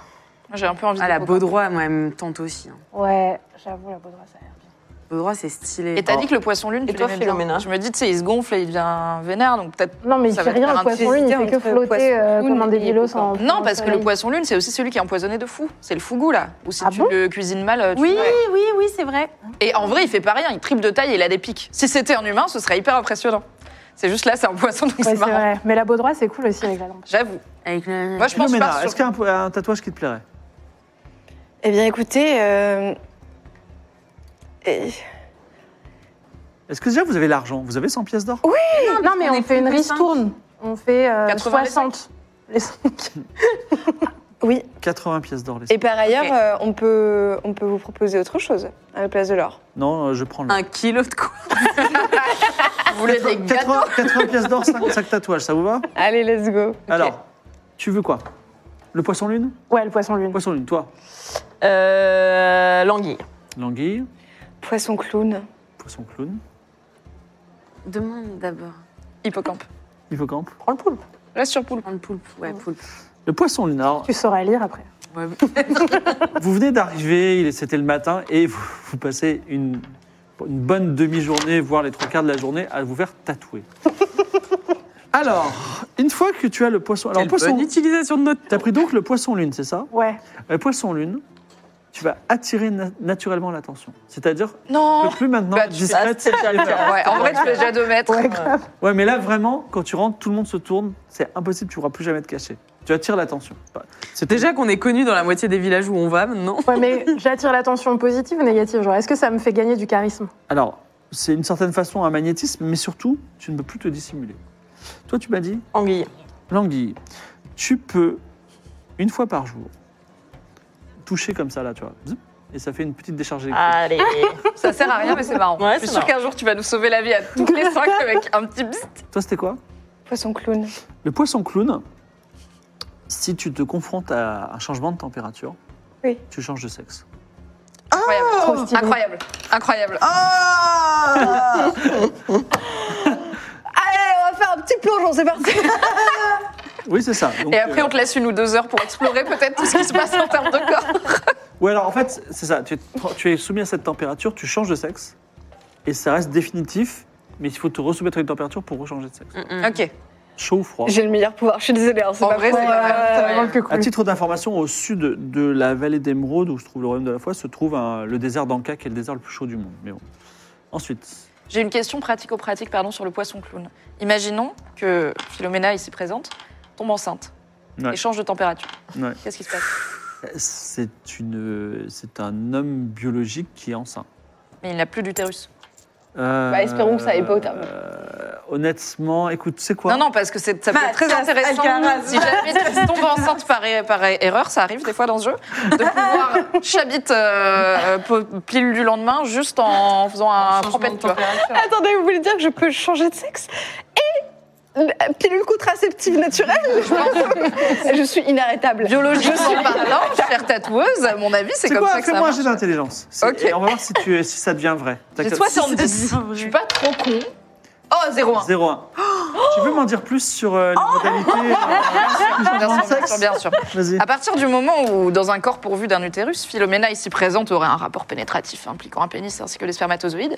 Moi, J'ai un peu envie Ah, de la coco. baudroie, moi, elle me tente aussi. hein. Ouais, j'avoue, la baudroie, ça a l'air bien. Baudroie, c'est stylé. Et t'as dit que le poisson lune, Et tu toi, l'aimais bien. Philomena Je me dis, tu sais, il se gonfle et il devient vénère, donc peut-être. Non, mais il Ça fait va te rien, faire le un poisson petit lune, il hésiter fait que entre flotter poisson euh, lune comme un et débilo sans. Non, parce que le poisson. poisson lune, c'est aussi celui qui est empoisonné de fou. C'est le fougou, là. Ou si Ah tu bon le cuisines mal, euh, tu Oui, vois. oui, oui, c'est vrai. Et en vrai, il fait pas rien, il triple de taille et il a des pics. Si c'était un humain, ce serait hyper impressionnant. C'est juste là, c'est un poisson, donc Ouais, c'est c'est marrant. vrai. Mais la baudroie, c'est cool aussi avec la lampe. J'avoue. Avec le... Moi, je pense Philomena, pas. est-ce qu'il y a un, un tatouage qui te plairait Eh bien, écoutez. euh, eh, Est-ce que déjà vous avez l'argent Vous avez 100 pièces d'or Non, mais qu'on on est fait une plus que cinq. ristourne. On fait euh, 80 les 60. Les 5. Oui. 80 pièces d'or, les Et par ailleurs, euh, on, peut, on peut vous proposer autre chose à la place de l'or. Non, euh, je prends le. Un kilo de quoi Ah, Vous voulez des gâteaux 80, 80 pièces d'or, 5, tatouages, ça vous va Allez, let's go. Alors, tu veux quoi Le poisson lune Ouais, le poisson lune. Poisson lune, toi Euh, L'anguille. L'anguille, Poisson clown. poisson clown, Demande d'abord. Hippocampe. hippocampe. Prends le poulpe. Reste sur poule. Prends le poulpe. Ouais, poulpe. Le poisson lune, alors, Tu sauras lire après. vous venez d'arriver, il- c'était le matin, et vous, vous passez une, une bonne demi-journée, voire les trois quarts de la journée, à vous faire tatouer. Alors, une fois que tu as le poisson... Alors, Quelle le poisson, bonne utilisation de notre t'as pris donc le poisson lune, c'est ça Ouais. Le poisson lune, tu vas attirer na- naturellement l'attention. C'est-à-dire Oh. Non que plus maintenant, Bah, tu- discrète, Ah, c'est déjà le cas. Ouais, en vrai, tu fais déjà deux mètres. Ouais, grave. Ouais, mais là, vraiment, quand tu rentres, tout le monde se tourne. C'est impossible, tu ne pourras plus jamais te cacher. Tu attires l'attention. C'est Déjà qu'on est connu dans la moitié des villages où on va maintenant. Ouais, mais j'attire l'attention positive ou négative Genre, est-ce que ça me fait gagner du charisme Alors, c'est une certaine façon un magnétisme, mais surtout, tu ne peux plus te dissimuler. Toi, tu m'as dit, Anguille. l'anguille, tu peux, une fois par jour, toucher comme ça, là, tu vois, zip, et ça fait une petite décharge électrique. Allez. Ça sert à rien, mais c'est marrant. Ouais, je c'est suis sûre marrant. qu'un jour, tu vas nous sauver la vie à tous les cinq avec un petit bzzz. Toi, c'était quoi Poisson clown. Le poisson clown, si tu te confrontes à un changement de température, Oui. tu changes de sexe. Incroyable. Trop stylé. Oh. Incroyable. Incroyable. Allez, on va faire un petit plongeon, c'est parti. Oui, c'est ça. Donc, Et après, euh, on te laisse une ou deux heures pour explorer peut-être tout ce qui se passe en termes de corps. Ou euh, alors, en fait, c'est ça. Tu es, tu es soumis à cette température, tu changes de sexe, et ça reste définitif, mais il faut te resoumettre à une température pour rechanger de sexe. Ok. Chaud ou froid J'ai le meilleur pouvoir, je suis désolée. hein, c'est En pas vrai, pour, c'est pas mal. euh, Ça va vraiment que À cool. titre d'information, au sud de la vallée d'Émeraude, où se trouve le royaume de la foi, se trouve un- le désert d'Anka, qui est le désert le plus chaud du monde. Mais bon. Ensuite, J'ai une question pratico-pratique pardon, sur le poisson clown. Imaginons que Philomena, ici présente, tombe enceinte Ouais. et change de température. Ouais. Qu'est-ce qui se passe c'est une, c'est un homme biologique qui est enceint. Mais il n'a plus d'utérus. Euh, Bah, espérons que ça aille pas au terme. euh, Honnêtement, écoute, c'est quoi Non, non, parce que c'est- ça peut être très Mathias intéressant. Alcaraz. Si jamais tu tombes enceinte par, par erreur, ça arrive des fois dans ce jeu, de pouvoir chabite euh, euh, pilule du lendemain juste en faisant un trompette, tu vois. Attendez, vous voulez dire que je peux changer de sexe et la pilule contraceptive naturelle Je suis inarrêtable. Biologiquement parlant, chère tatoueuse, à mon avis, c'est C'est comme quoi ça que ça Fais-moi un marche. jet d'intelligence. C'est- Ok. et On va voir si, tu, si ça devient vrai. J'ai T'as- 70. Je suis pas trop con. Oh, 0,1. 0-1. tu veux m'en dire plus sur euh, les modalités Bien sûr, bien sûr, bien sûr. euh, Vas-y. À partir du moment où, dans un corps pourvu d'un utérus, Philomena ici présente aurait un rapport pénétratif impliquant un pénis ainsi que les spermatozoïdes,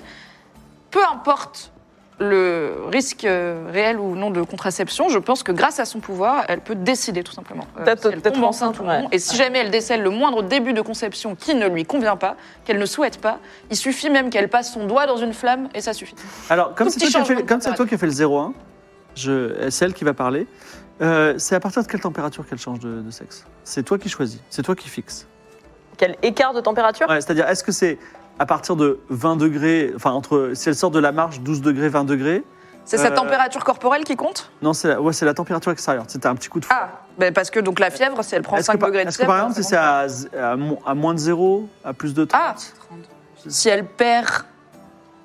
peu importe le risque euh, réel ou non de contraception, je pense que grâce à son pouvoir, elle peut décider tout simplement. Euh, Peut-être- si elle peut-être tombe enceinte, ou non. ouais. Et si jamais elle décèle le moindre début de conception qui ne lui convient pas, qu'elle ne souhaite pas, il suffit même qu'elle passe son doigt dans une flamme et ça suffit. Alors, comme Tout c'est toi, petit qui as fait- changement de comme c'est toi qui as fait le 0-1, je- c'est elle qui va parler. Euh, c'est à partir de quelle température qu'elle change de, de sexe C'est toi qui choisis, c'est toi qui fixes. Quel écart de température Ouais, C'est-à-dire, est-ce que c'est à partir de 20 degrés, enfin, entre, si elle sort de la marche, 12 degrés, 20 degrés C'est sa Euh, température corporelle qui compte Non, c'est la, ouais, c'est la température extérieure. C'était un petit coup de fou. Ah, ben parce que donc la fièvre, si elle prend Est-ce que, 5 par- degrés de est-ce que par fièvre, exemple, si ça c'est compte à, z- à mo- à moins de 0, à plus de 30 Ah, si elle perd.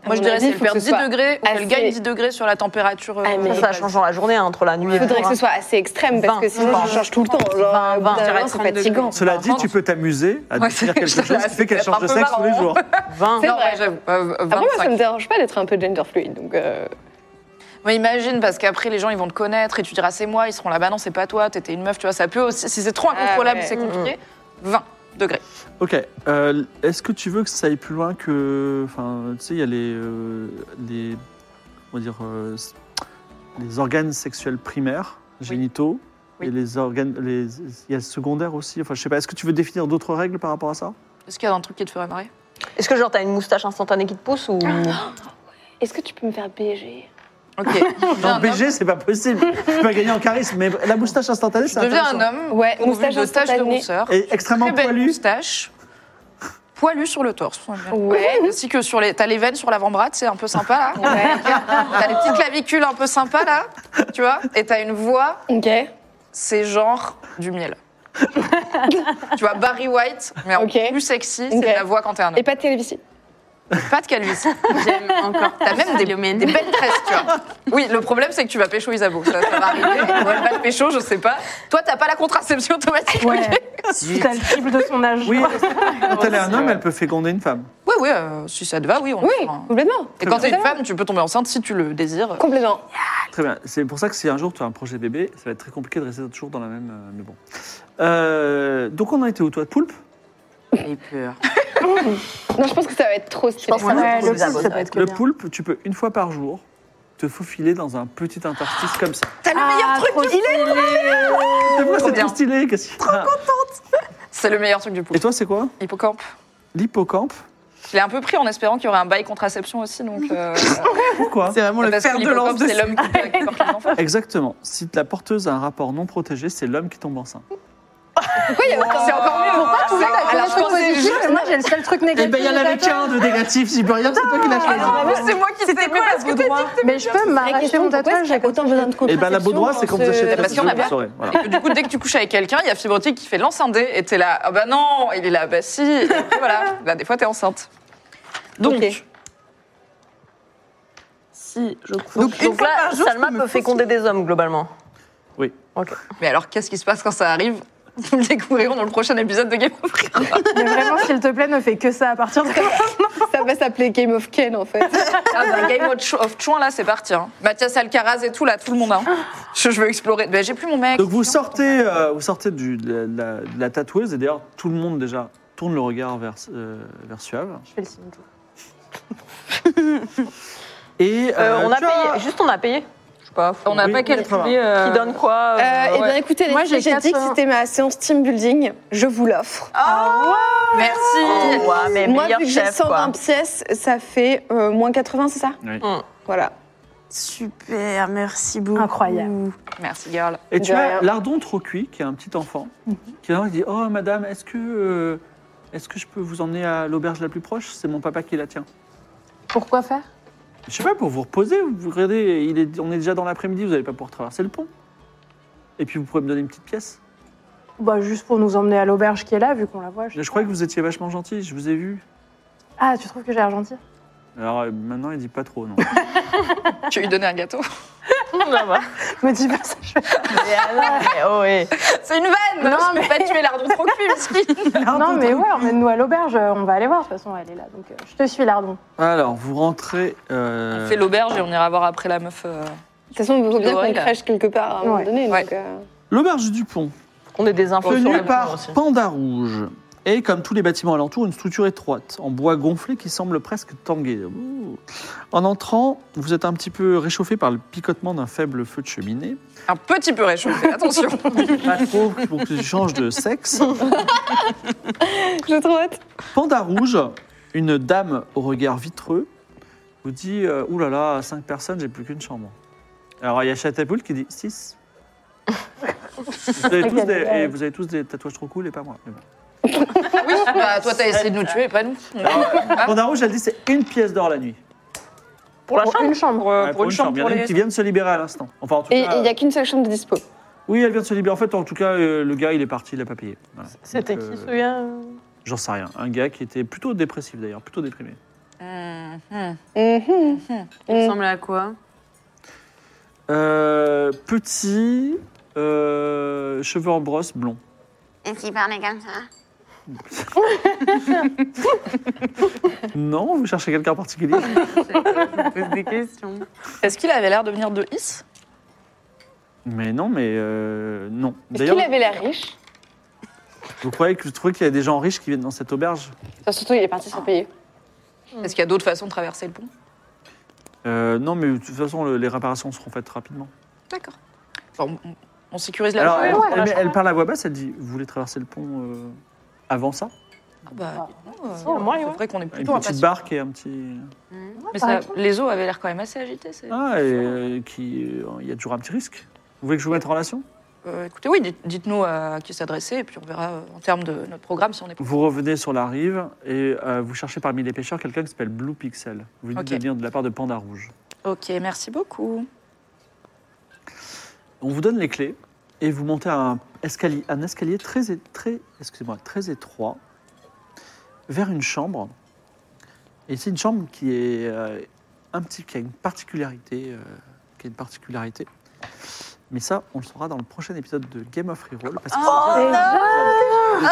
À Moi, je mon dirais avis, si elle faut perd que ce 10 soit degrés ou qu'elle assez- gagne 10 degrés sur la température. euh, Ah, mais Ça, ça change dans la journée, hein, entre la nuit Il et le faudrait que jour, ce soit assez extrême parce que sinon Vingt. je change tout le temps. Genre, Vingt, au bout d'un vingt. moment, c'est fatigant. Cela dit, tu peux t'amuser à Ouais, définir c'est- quelque je chose qui l'ai- fait qu'elle c'est change de un peu sexe tous les marrant. jours. 20. 20. C'est Non, vrai. ouais, j'avoue, euh, euh, Après, Ah, moi, ça 25. me dérange pas d'être un peu gender fluid. Donc, euh, Mais imagine, parce qu'après, les gens, ils vont te connaître et tu diras c'est moi, ils seront là, bah non, c'est pas toi, t'étais une meuf, tu vois, ça peut aussi. Si c'est trop incontrôlable, Ah ouais. Mm, c'est compliqué. 20 degrés. Ok. euh, Est-ce que tu veux que ça aille plus loin que, enfin, tu sais, il y a les, euh, les, on va dire, euh, s- les organes sexuels primaires, génitaux, Oui. et les organes, les, il y a le secondaire aussi. Enfin, je sais pas. Est-ce que tu veux définir d'autres règles par rapport à ça Est-ce qu'il y a un truc qui te ferait marrer Est-ce que genre t'as une moustache instantanée qui te pousse ou est-ce que tu peux me faire BG Ok. Je Non, deviens un homme. BG, c'est pas possible. tu peux pas gagner en charisme, mais la moustache instantanée, Je c'est deviens un intéressant. homme. Ouais, pourvu moustache de taches de instantanée. rousseur. Et extrêmement Très belle poilu. moustache. Poilu sur le torse. on aime bien. Ouais. Ainsi que sur les. T'as les veines sur l'avant-bras, c'est un peu sympa là. Ouais. T'as les petites clavicules un peu sympas là, tu vois, et t'as une voix, Ok. c'est genre du miel. tu vois, Barry White, mais en Ok. plus sexy, Ok. c'est la voix quand t'es un homme. Et pas de télévision. Pas de calvitie. J'aime encore. T'as même des, des belles tresses, tu vois. Oui, le problème, c'est que tu vas pécho Isabeau. Ça, ça va arriver. Ou elle va te pécho, je sais pas. Toi, t'as pas la contraception automatique. Ouais. T'as le triple de son âge. Oui, quand elle est un homme, elle peut féconder une femme. Oui, oui, euh, si ça te va, oui. On Oui, fera un- complètement. Et quand t'es une femme, tu peux tomber enceinte si tu le désires. Complètement. Très bien. C'est pour ça que si un jour tu as un projet bébé, ça va être très compliqué de rester toujours dans la même. euh, mais bon. Euh, donc on en était où toi, Poulpe J'ai peur. Non, je pense que ça va être trop stylé. Ouais, le ça coup, ça peut être que Le bien. poulpe, tu peux une fois par jour te faufiler dans un petit interstice comme ça. T'as le meilleur truc trop Il est C'est vrai, c'est bien. Ah, trop stylé. qu'est-ce qu'il y a C'est le meilleur truc du Et poulet. toi, c'est quoi Hippocampe. L'hippocampe Je l'ai un peu pris en espérant qu'il y aurait un bail contraception aussi, donc. euh, Pourquoi C'est vraiment le Ah, parce fer que de lance l'hippocampe, de c'est l'homme qui qui porte les enfants. Exactement. Si la porteuse a un rapport non protégé, c'est l'homme qui tombe enceinte. C'est encore mieux. Ah, Alors, je pense que c'est juste- Moi, j'ai le seul truc négatif. qu'un de négatif. Si peut rien, c'est toi qui l'as Ah, mais c'est moi qui t'ai mais parce que t'as dit que Mais je peux m'arracher mon tatouage. j'ai- autant besoin de Et bien, Eh ben, la baudroie, hein, c'est quand vous achetez Parce qu'on a bien- vous saurez. Voilà. t'es- que Du coup, dès que tu couches avec quelqu'un, il y a Fibrotique qui fait l'incendé et t'es là, ah bah non, il est là, bah si, et puis voilà, Bah, des fois t'es enceinte. Donc, Ok. si je couche Donc, une fois par jour, Salma peut féconder des hommes globalement. Oui. Ok. mais alors qu'est-ce qui se passe quand ça arrive Nous le découvrirons dans le prochain épisode de Game of Thrones. Mais vraiment, s'il te plaît, ne fais que ça à partir de. Ça va s'appeler Game of Ken en fait. Ah, bah, Game of Ch- of Chouin, là, c'est parti. hein. Mathias Alcaraz et tout, là, tout le monde. hein. Je, je veux explorer. Bah, j'ai plus mon mec. Donc vous sortez, euh, vous sortez du, de, la, de la tatoueuse et d'ailleurs tout le monde déjà tourne le regard vers, euh, vers Suave. Je fais le signe. Et Euh, on a tu as- payé, juste on a payé. Je sais pas. faut- On n'a Oui, pas calculé. euh, Qui donne quoi euh, Euh, Eh ouais. bien, écoutez, les Moi, filles, j'ai j'ai hein. dit que 80. c'était ma séance team building. Je vous l'offre. Ah, Merci. Oh, ouais, mais Moi, meilleur vu que j'ai chef, 120 quoi. pièces, ça fait euh, moins 80, c'est ça Oui. Mm. Voilà. Super, merci beaucoup. Incroyable. Merci, girl. Et tu De as rien. l'ardon trop cuit, qui est un petit enfant, qui vient et dit Oh, madame, est-ce que, euh, est-ce que je peux vous emmener à l'auberge la plus proche C'est mon papa qui la tient. Pourquoi faire Je sais pas, pour vous reposer, vous regardez, il est, on est déjà dans l'après-midi, vous n'allez pas pouvoir traverser le pont. Et puis vous pourrez me donner une petite pièce. Bah, juste pour nous emmener à l'auberge qui est là, vu qu'on la voit. Je crois que vous étiez vachement gentil, je vous ai vu. Ah, tu trouves que j'ai l'air gentil Alors euh, maintenant, il dit pas trop, non. Tu veux lui donner un gâteau Non, bah. Je me dis pas ça. je fais- Mais alors, mais oh, ouais. C'est une vanne Non, Je peux pas tuer l'ardon trop cuit, Miski. non, mais ouais, emmène-nous à l'auberge, euh, on va aller voir. De toute façon, elle est là. Donc, euh, je te suis, Lardon. Alors, vous rentrez. euh, On fait l'auberge et on ira voir après la meuf. euh, De toute façon, il faut bien Ouais, qu'on là. crèche quelque part à un moment Ouais. donné. Ouais. donc, euh, L'auberge du pont. On est des infos sur Tenu le par pont aussi. Panda Rouge. Et comme tous les bâtiments alentours, une structure étroite, en bois gonflé qui semble presque tanguée. Ouh. En entrant, vous êtes un petit peu réchauffé par le picotement d'un faible feu de cheminée. Un petit peu réchauffé, attention. Pas trop pour que tu changes de sexe. Je trouve hâte. Panda Rouge, une dame au regard vitreux, vous dit euh, Ouh là là, 5 personnes, j'ai plus qu'une chambre. Alors il y a Chatapoul qui dit 6. vous, avez tous des- et vous avez tous des tatouages trop cool et pas moi. Mais bon. oui, bah, toi, t'as essayé de nous tuer et pas nous. Panda Rouge, elle dit C'est une pièce d'or la nuit. Pour la Pour chambre une chambre. euh, Ouais, pour une chambre, il y en a pour une les- qui vient de se libérer à l'instant. Enfin, en tout Et et Ah. cas, il n'y a qu'une seule chambre de dispo. oui, elle vient de se libérer. En fait, en tout cas, euh, le gars, il est parti, il n'a pas payé. Voilà. C'était Donc, qui euh, ce gars euh J'en sais rien. Un gars qui était plutôt dépressif d'ailleurs, plutôt déprimé. Hum, hum. Mhm. Il ressemble à quoi Euh, petit, euh, cheveux en brosse, blond. Est-ce qu'il parlait comme ça Non, vous cherchez quelqu'un en particulier Je pose des questions. Est-ce qu'il avait l'air de venir de Is Mais non, mais euh, non. Est-ce qu'il D'ailleurs, avait l'air riche vous croyez que vous trouvez qu'il y a des gens riches qui viennent dans cette auberge Enfin, Surtout, il est parti sans payer. Est-ce qu'il y a d'autres façons de traverser le pont Euh, Non, mais de toute façon, le- les réparations seront faites rapidement. D'accord. Bon, on- on sécurise la Alors, elle, route. elle- elle parle à voix basse, elle dit Vous voulez traverser le pont euh, avant ça Ah bah, non, euh, Oh, moi, c'est ouais. vrai qu'on est Une plutôt petite impatients. barque et un petit. Mais ça- les eaux avaient l'air quand même assez agitées. c'est- Ah, et euh, qui, euh, il y a toujours un petit risque. Vous voulez que je vous mette en relation Euh, écoutez, oui, dites- dites-nous à qui s'adresser et puis on verra euh, en termes de notre programme si on est prêt. Vous revenez sur la rive et euh, vous cherchez parmi les pêcheurs quelqu'un qui s'appelle Blue Pixel. Vous lui dites Ok. de venir de la part de Panda Rouge. Ok, merci beaucoup. On vous donne les clés et vous montez un escalier, un escalier très, é- très, excusez-moi, très étroit vers une chambre. Et c'est une chambre qui est euh, un petit, qui a une particularité, euh, qui a une particularité. Mais ça, on le saura dans le prochain épisode de Game of Reroll. Parce que Oh, ça, J'ai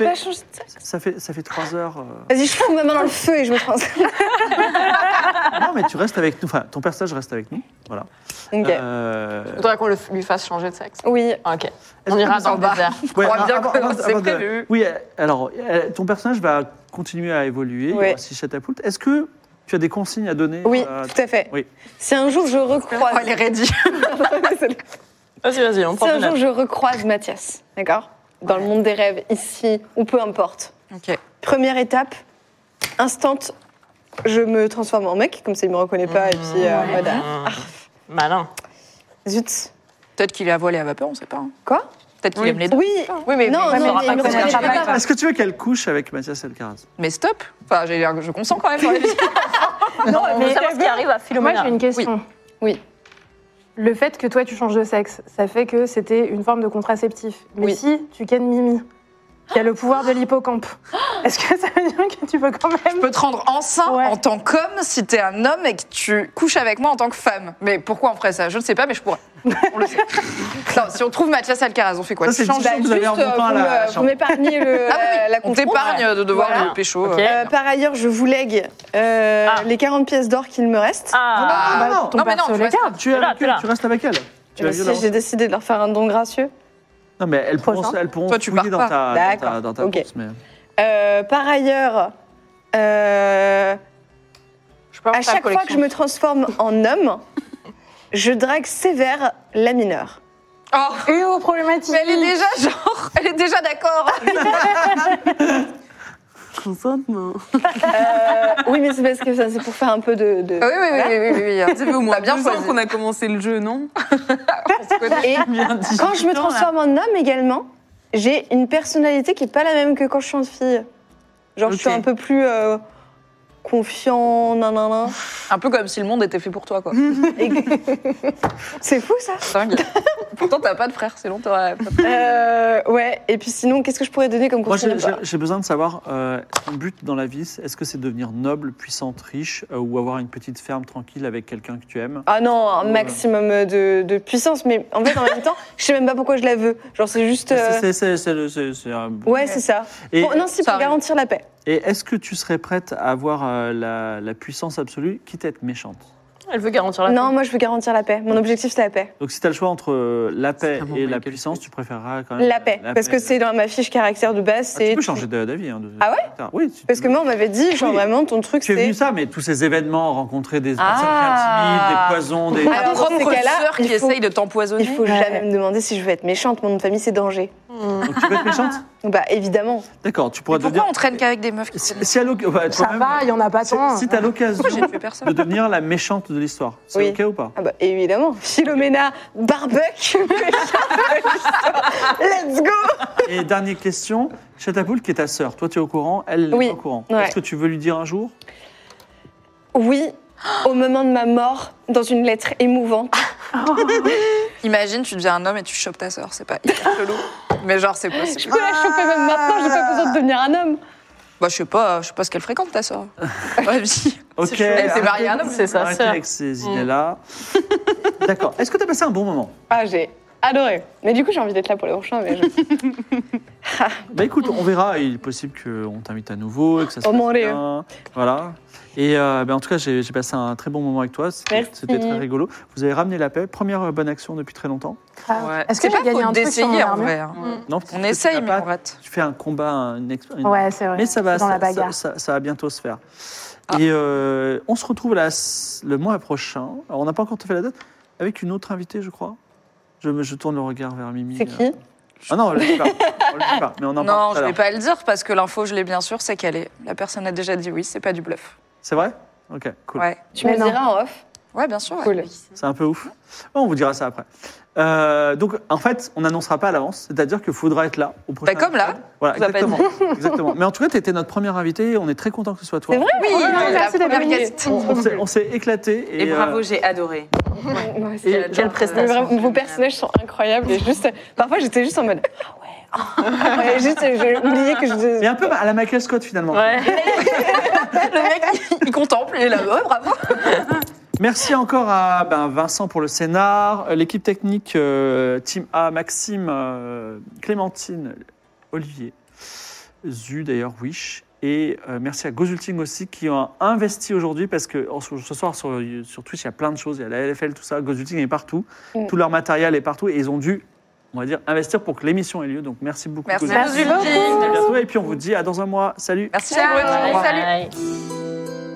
fait, Ah, pas changé de sexe. ça fait ça fait trois heures. euh, Vas-y, je prends ma main dans le feu et je me transforme. Non, mais tu restes avec nous. Enfin, ton personnage reste avec nous. Voilà. Ok. Euh, Faudrait qu'on le f- lui fasse changer de sexe. Oui. Ok. est-ce On que ira nous dans le avons- désert. Ouais, croit bien avant- que avant- c'est avant de- prévu. Oui, euh, alors, euh, ton personnage va continuer à évoluer. euh, Ouais. Si Chatapoult, est-ce que tu as des consignes à donner Oui, à- tout à fait. Euh, oui. Si un jour je recroise. Oh, elle est ready. Vas-y, vas-y, on si prend un une jour note. je recroise Mathias, d'accord Dans le monde des rêves, ici, ou peu importe. Ok. Première étape, instant, je me transforme en mec, comme ça il me reconnaît pas, et puis euh, en mode, ah, Mmh. Malin. zut. Peut-être qu'il est à voilé à vapeur, on sait pas. hein. Quoi Peut-être qu'il Oui. aime les deux. Oui, Oui, mais mais non, non, on mais saura il me pas Bah, reconnaît connaître. pas. Ah, Est-ce que tu veux qu'elle couche avec Mathias Elcaraz Mais stop Enfin, j'ai l'air- je consens quand même. dans la vie. Non, on veut mais- savoir ce qui arrive à Moi, j'ai Philomena. une question. Oui. Le fait que toi, tu changes de sexe, ça fait que c'était une forme de contraceptif. Mais Oui. si tu kennes Mimi, qui a le pouvoir de l'hippocampe, est-ce que ça veut dire que tu peux quand Je même... peux te rendre enceinte Ouais. en tant qu'homme si t'es un homme et que tu couches avec moi en tant que femme. Mais pourquoi on ferait ça Je ne sais pas, mais je pourrais. On le sait. non, si on trouve Mathias Alcaraz, on fait quoi Ça, c'est euh, Tu changes- discussion que vous avez en juste, euh, montant à vous la- me- la Vous chambre. m'épargnez le- Ah oui, oui, la on confronte. t'épargne de devoir Voilà. le pécho. Ok. euh. Euh, par ailleurs, je vous lègue euh, Ah. les 40 pièces d'or qu'il me reste. Ah, Ah, non, non, ton non, mais non, perso tu les restes- garde. Tu, es là, avec t'es elle, là. tu restes avec elle Tu la violes Et Eh ben, hein. si j'ai décidé de leur faire un don gracieux. Non, mais elles pourront, Trois cents. elles pourront Toi, tu fouiller pars dans ta, pas. dans ta, dans ta D'accord. bourse, mais- Euh, par ailleurs, euh, Je peux avoir à ta chaque fois que collection. je me transforme en homme, je drague sévère la mineure. Oh, Et aux problématiques. mais elle est déjà genre, elle est déjà d'accord. Consentement. Euh, oui, mais c'est parce que ça, c'est pour faire un peu de. de- Ah oui, oui, oui, oui, oui, oui, oui. Ça fait au moins T'as bien bien deux ans choisi. qu'on a commencé le jeu, non Et quand je me transforme en homme également, j'ai une personnalité qui est pas la même que quand je suis une fille. Genre, je suis Ok. un peu plus euh, confiant, nanana. Un peu comme si le monde était fait pour toi, quoi. C'est fou ça. Dingue. Pourtant, t'as pas de frère, sinon t'aurais pas de frère. Euh, ouais. Et puis sinon, qu'est-ce que je pourrais donner comme Moi, conseil j'ai- j'ai j'ai besoin de savoir euh, ton but dans la vie. Est-ce que c'est devenir noble, puissante, riche euh, ou avoir une petite ferme tranquille avec quelqu'un que tu aimes Ah non, un maximum de, de puissance, mais en fait, en même temps, je sais même pas pourquoi je la veux. Genre, c'est juste. euh, Ah, C'est- c'est- c'est- c'est le- c'est- c'est un- Ouais, c'est ça. Et, Pour- non, si, ça pour arrive. garantir la paix. et est-ce que tu serais prête à avoir euh, la, la puissance absolue, quitte à être méchante Elle veut garantir la Non, moi, je veux garantir la paix. Mon objectif, c'est la paix. Donc, si tu as le choix entre euh, la paix vraiment et la Michael puissance, tu préféreras quand même. euh, La paix. Parce que c'est dans ma fiche caractère de base, Ah, tu c'est. peux changer de- d'avis. hein, de- Ah ouais plus tard. Oui. tu- Parce que moi, on m'avait dit, genre, Oui. vraiment, ton truc, Tu es c'est. venu ça, mais tous ces événements, rencontrer des Ah. personnes qui intimides, des poisons, des. Alors, Ta dans propre ces cas-là, sœur il qui faut- essaye de Il t'empoisonner. faut jamais me demander si je veux être méchante. Mon nom de famille, c'est danger. Donc, tu peux être méchante Bah, évidemment. D'accord, tu pourras Pourquoi devenir. on traîne qu'avec des meufs qui Si, se connaissent si à l'oc- bah, Ça toi-même, va, il y en a pas si- tant. hein. si t'as l'occasion Pourquoi j'ai tué de personne devenir la méchante de l'histoire, c'est Oui. ok ou pas Ah bah, évidemment. Philomena, barbuck, Let's go Et dernière question, Chatapoul qui est ta sœur, toi tu es au courant, elle elle est Oui, pas au courant. ouais. Est-ce que tu veux lui dire un jour Oui, au moment de ma mort, dans une lettre émouvante. Imagine, tu deviens un homme et tu chopes ta sœur, c'est pas hyper chelou. Mais genre, c'est Je possible. peux la choper même maintenant, j'ai pas besoin de devenir un homme. Bah, je sais pas, je sais pas ce qu'elle fréquente, ta sœur. Ouais, si. Ok, Elle s'est mariée à un homme. C'est ça, arrêtez sœur. avec ces idées-là. D'accord, est-ce que tu as passé un bon moment Ah, j'ai adoré. Mais du coup, j'ai envie d'être là pour le prochain. Mais je- Bah écoute, on verra, il est possible qu'on t'invite à nouveau et que ça se Oh, passe mon Dieu. bien. Voilà. Et euh, bah, en tout cas, j'ai j'ai passé un très bon moment avec toi, c'était Merci. c'était très rigolo. Vous avez ramené la paix, première euh, bonne action depuis très longtemps. Ouais. Ah. Est-ce que C'est j'ai pas gagné faute un truc sur mon d'essayer, en armure vrai. hein. Non, On peut-être que essaye, tu mais l'as on pas- rate. Tu fais un combat, une, exp- une- Ouais, c'est vrai. Mais ça va, C'est dans ça, la bagarre. Ah. ça- ça- ça va bientôt se faire. Et euh, on se retrouve la s- le mois prochain. Alors, on n'a pas encore fait la date. Avec une autre invitée, je crois. Je, me- je tourne le regard vers Mimi. C'est qui Ah non, on le dit pas. On le dit pas, Mais on en Non, parle tout à je vais l'heure. pas le dire parce que l'info, je l'ai bien sûr, c'est qu'elle est. La personne a déjà dit oui, c'est pas du bluff. C'est vrai Ok, cool. Ouais. Tu me Mais le non. diras en off. Ouais, bien sûr. ouais. Cool. C'est un peu ouf. On vous dira ça après. Euh, donc, en fait, on n'annoncera pas à l'avance. C'est-à-dire qu'il faudra être là au prochain. Bah, comme là. épisode. Voilà, On vous a pas exactement. exactement. Mais en tout cas, tu étais notre première invitée. On est très content que ce soit toi. C'est vrai Oui, la merci première d'être venu. guest. On, on s'est- on s'est éclaté. Et, Et, bravo, euh, j'ai adoré. Moi aussi. et- Quelle Mais prestation. euh, vraiment, vos personnages sont incroyables et juste. Parfois, j'étais juste en mode. Ah ouais. ah ouais. juste, j'ai oublié que je. mais un peu à la Michael Scott finalement. Le mec, il contemple, il est là, ouais, bravo. Merci encore à ben, Vincent pour le scénar, euh, l'équipe technique euh, Team A, Maxime, euh, Clémentine, Olivier, Zu d'ailleurs, Wish. Et euh, merci à Gozulting aussi qui ont investi aujourd'hui parce que en ce ce soir sur, sur Twitch, il y a plein de choses. Il y a la LFL, tout ça. Gozulting est partout. Mm. Tout leur matériel est partout. Et ils ont dû, on va dire, investir pour que l'émission ait lieu. Donc merci beaucoup. Merci, Gozulting. Merci beaucoup. À bientôt. Et puis on vous dit à dans un mois. Salut. Merci, Bruno. Salut. Salut.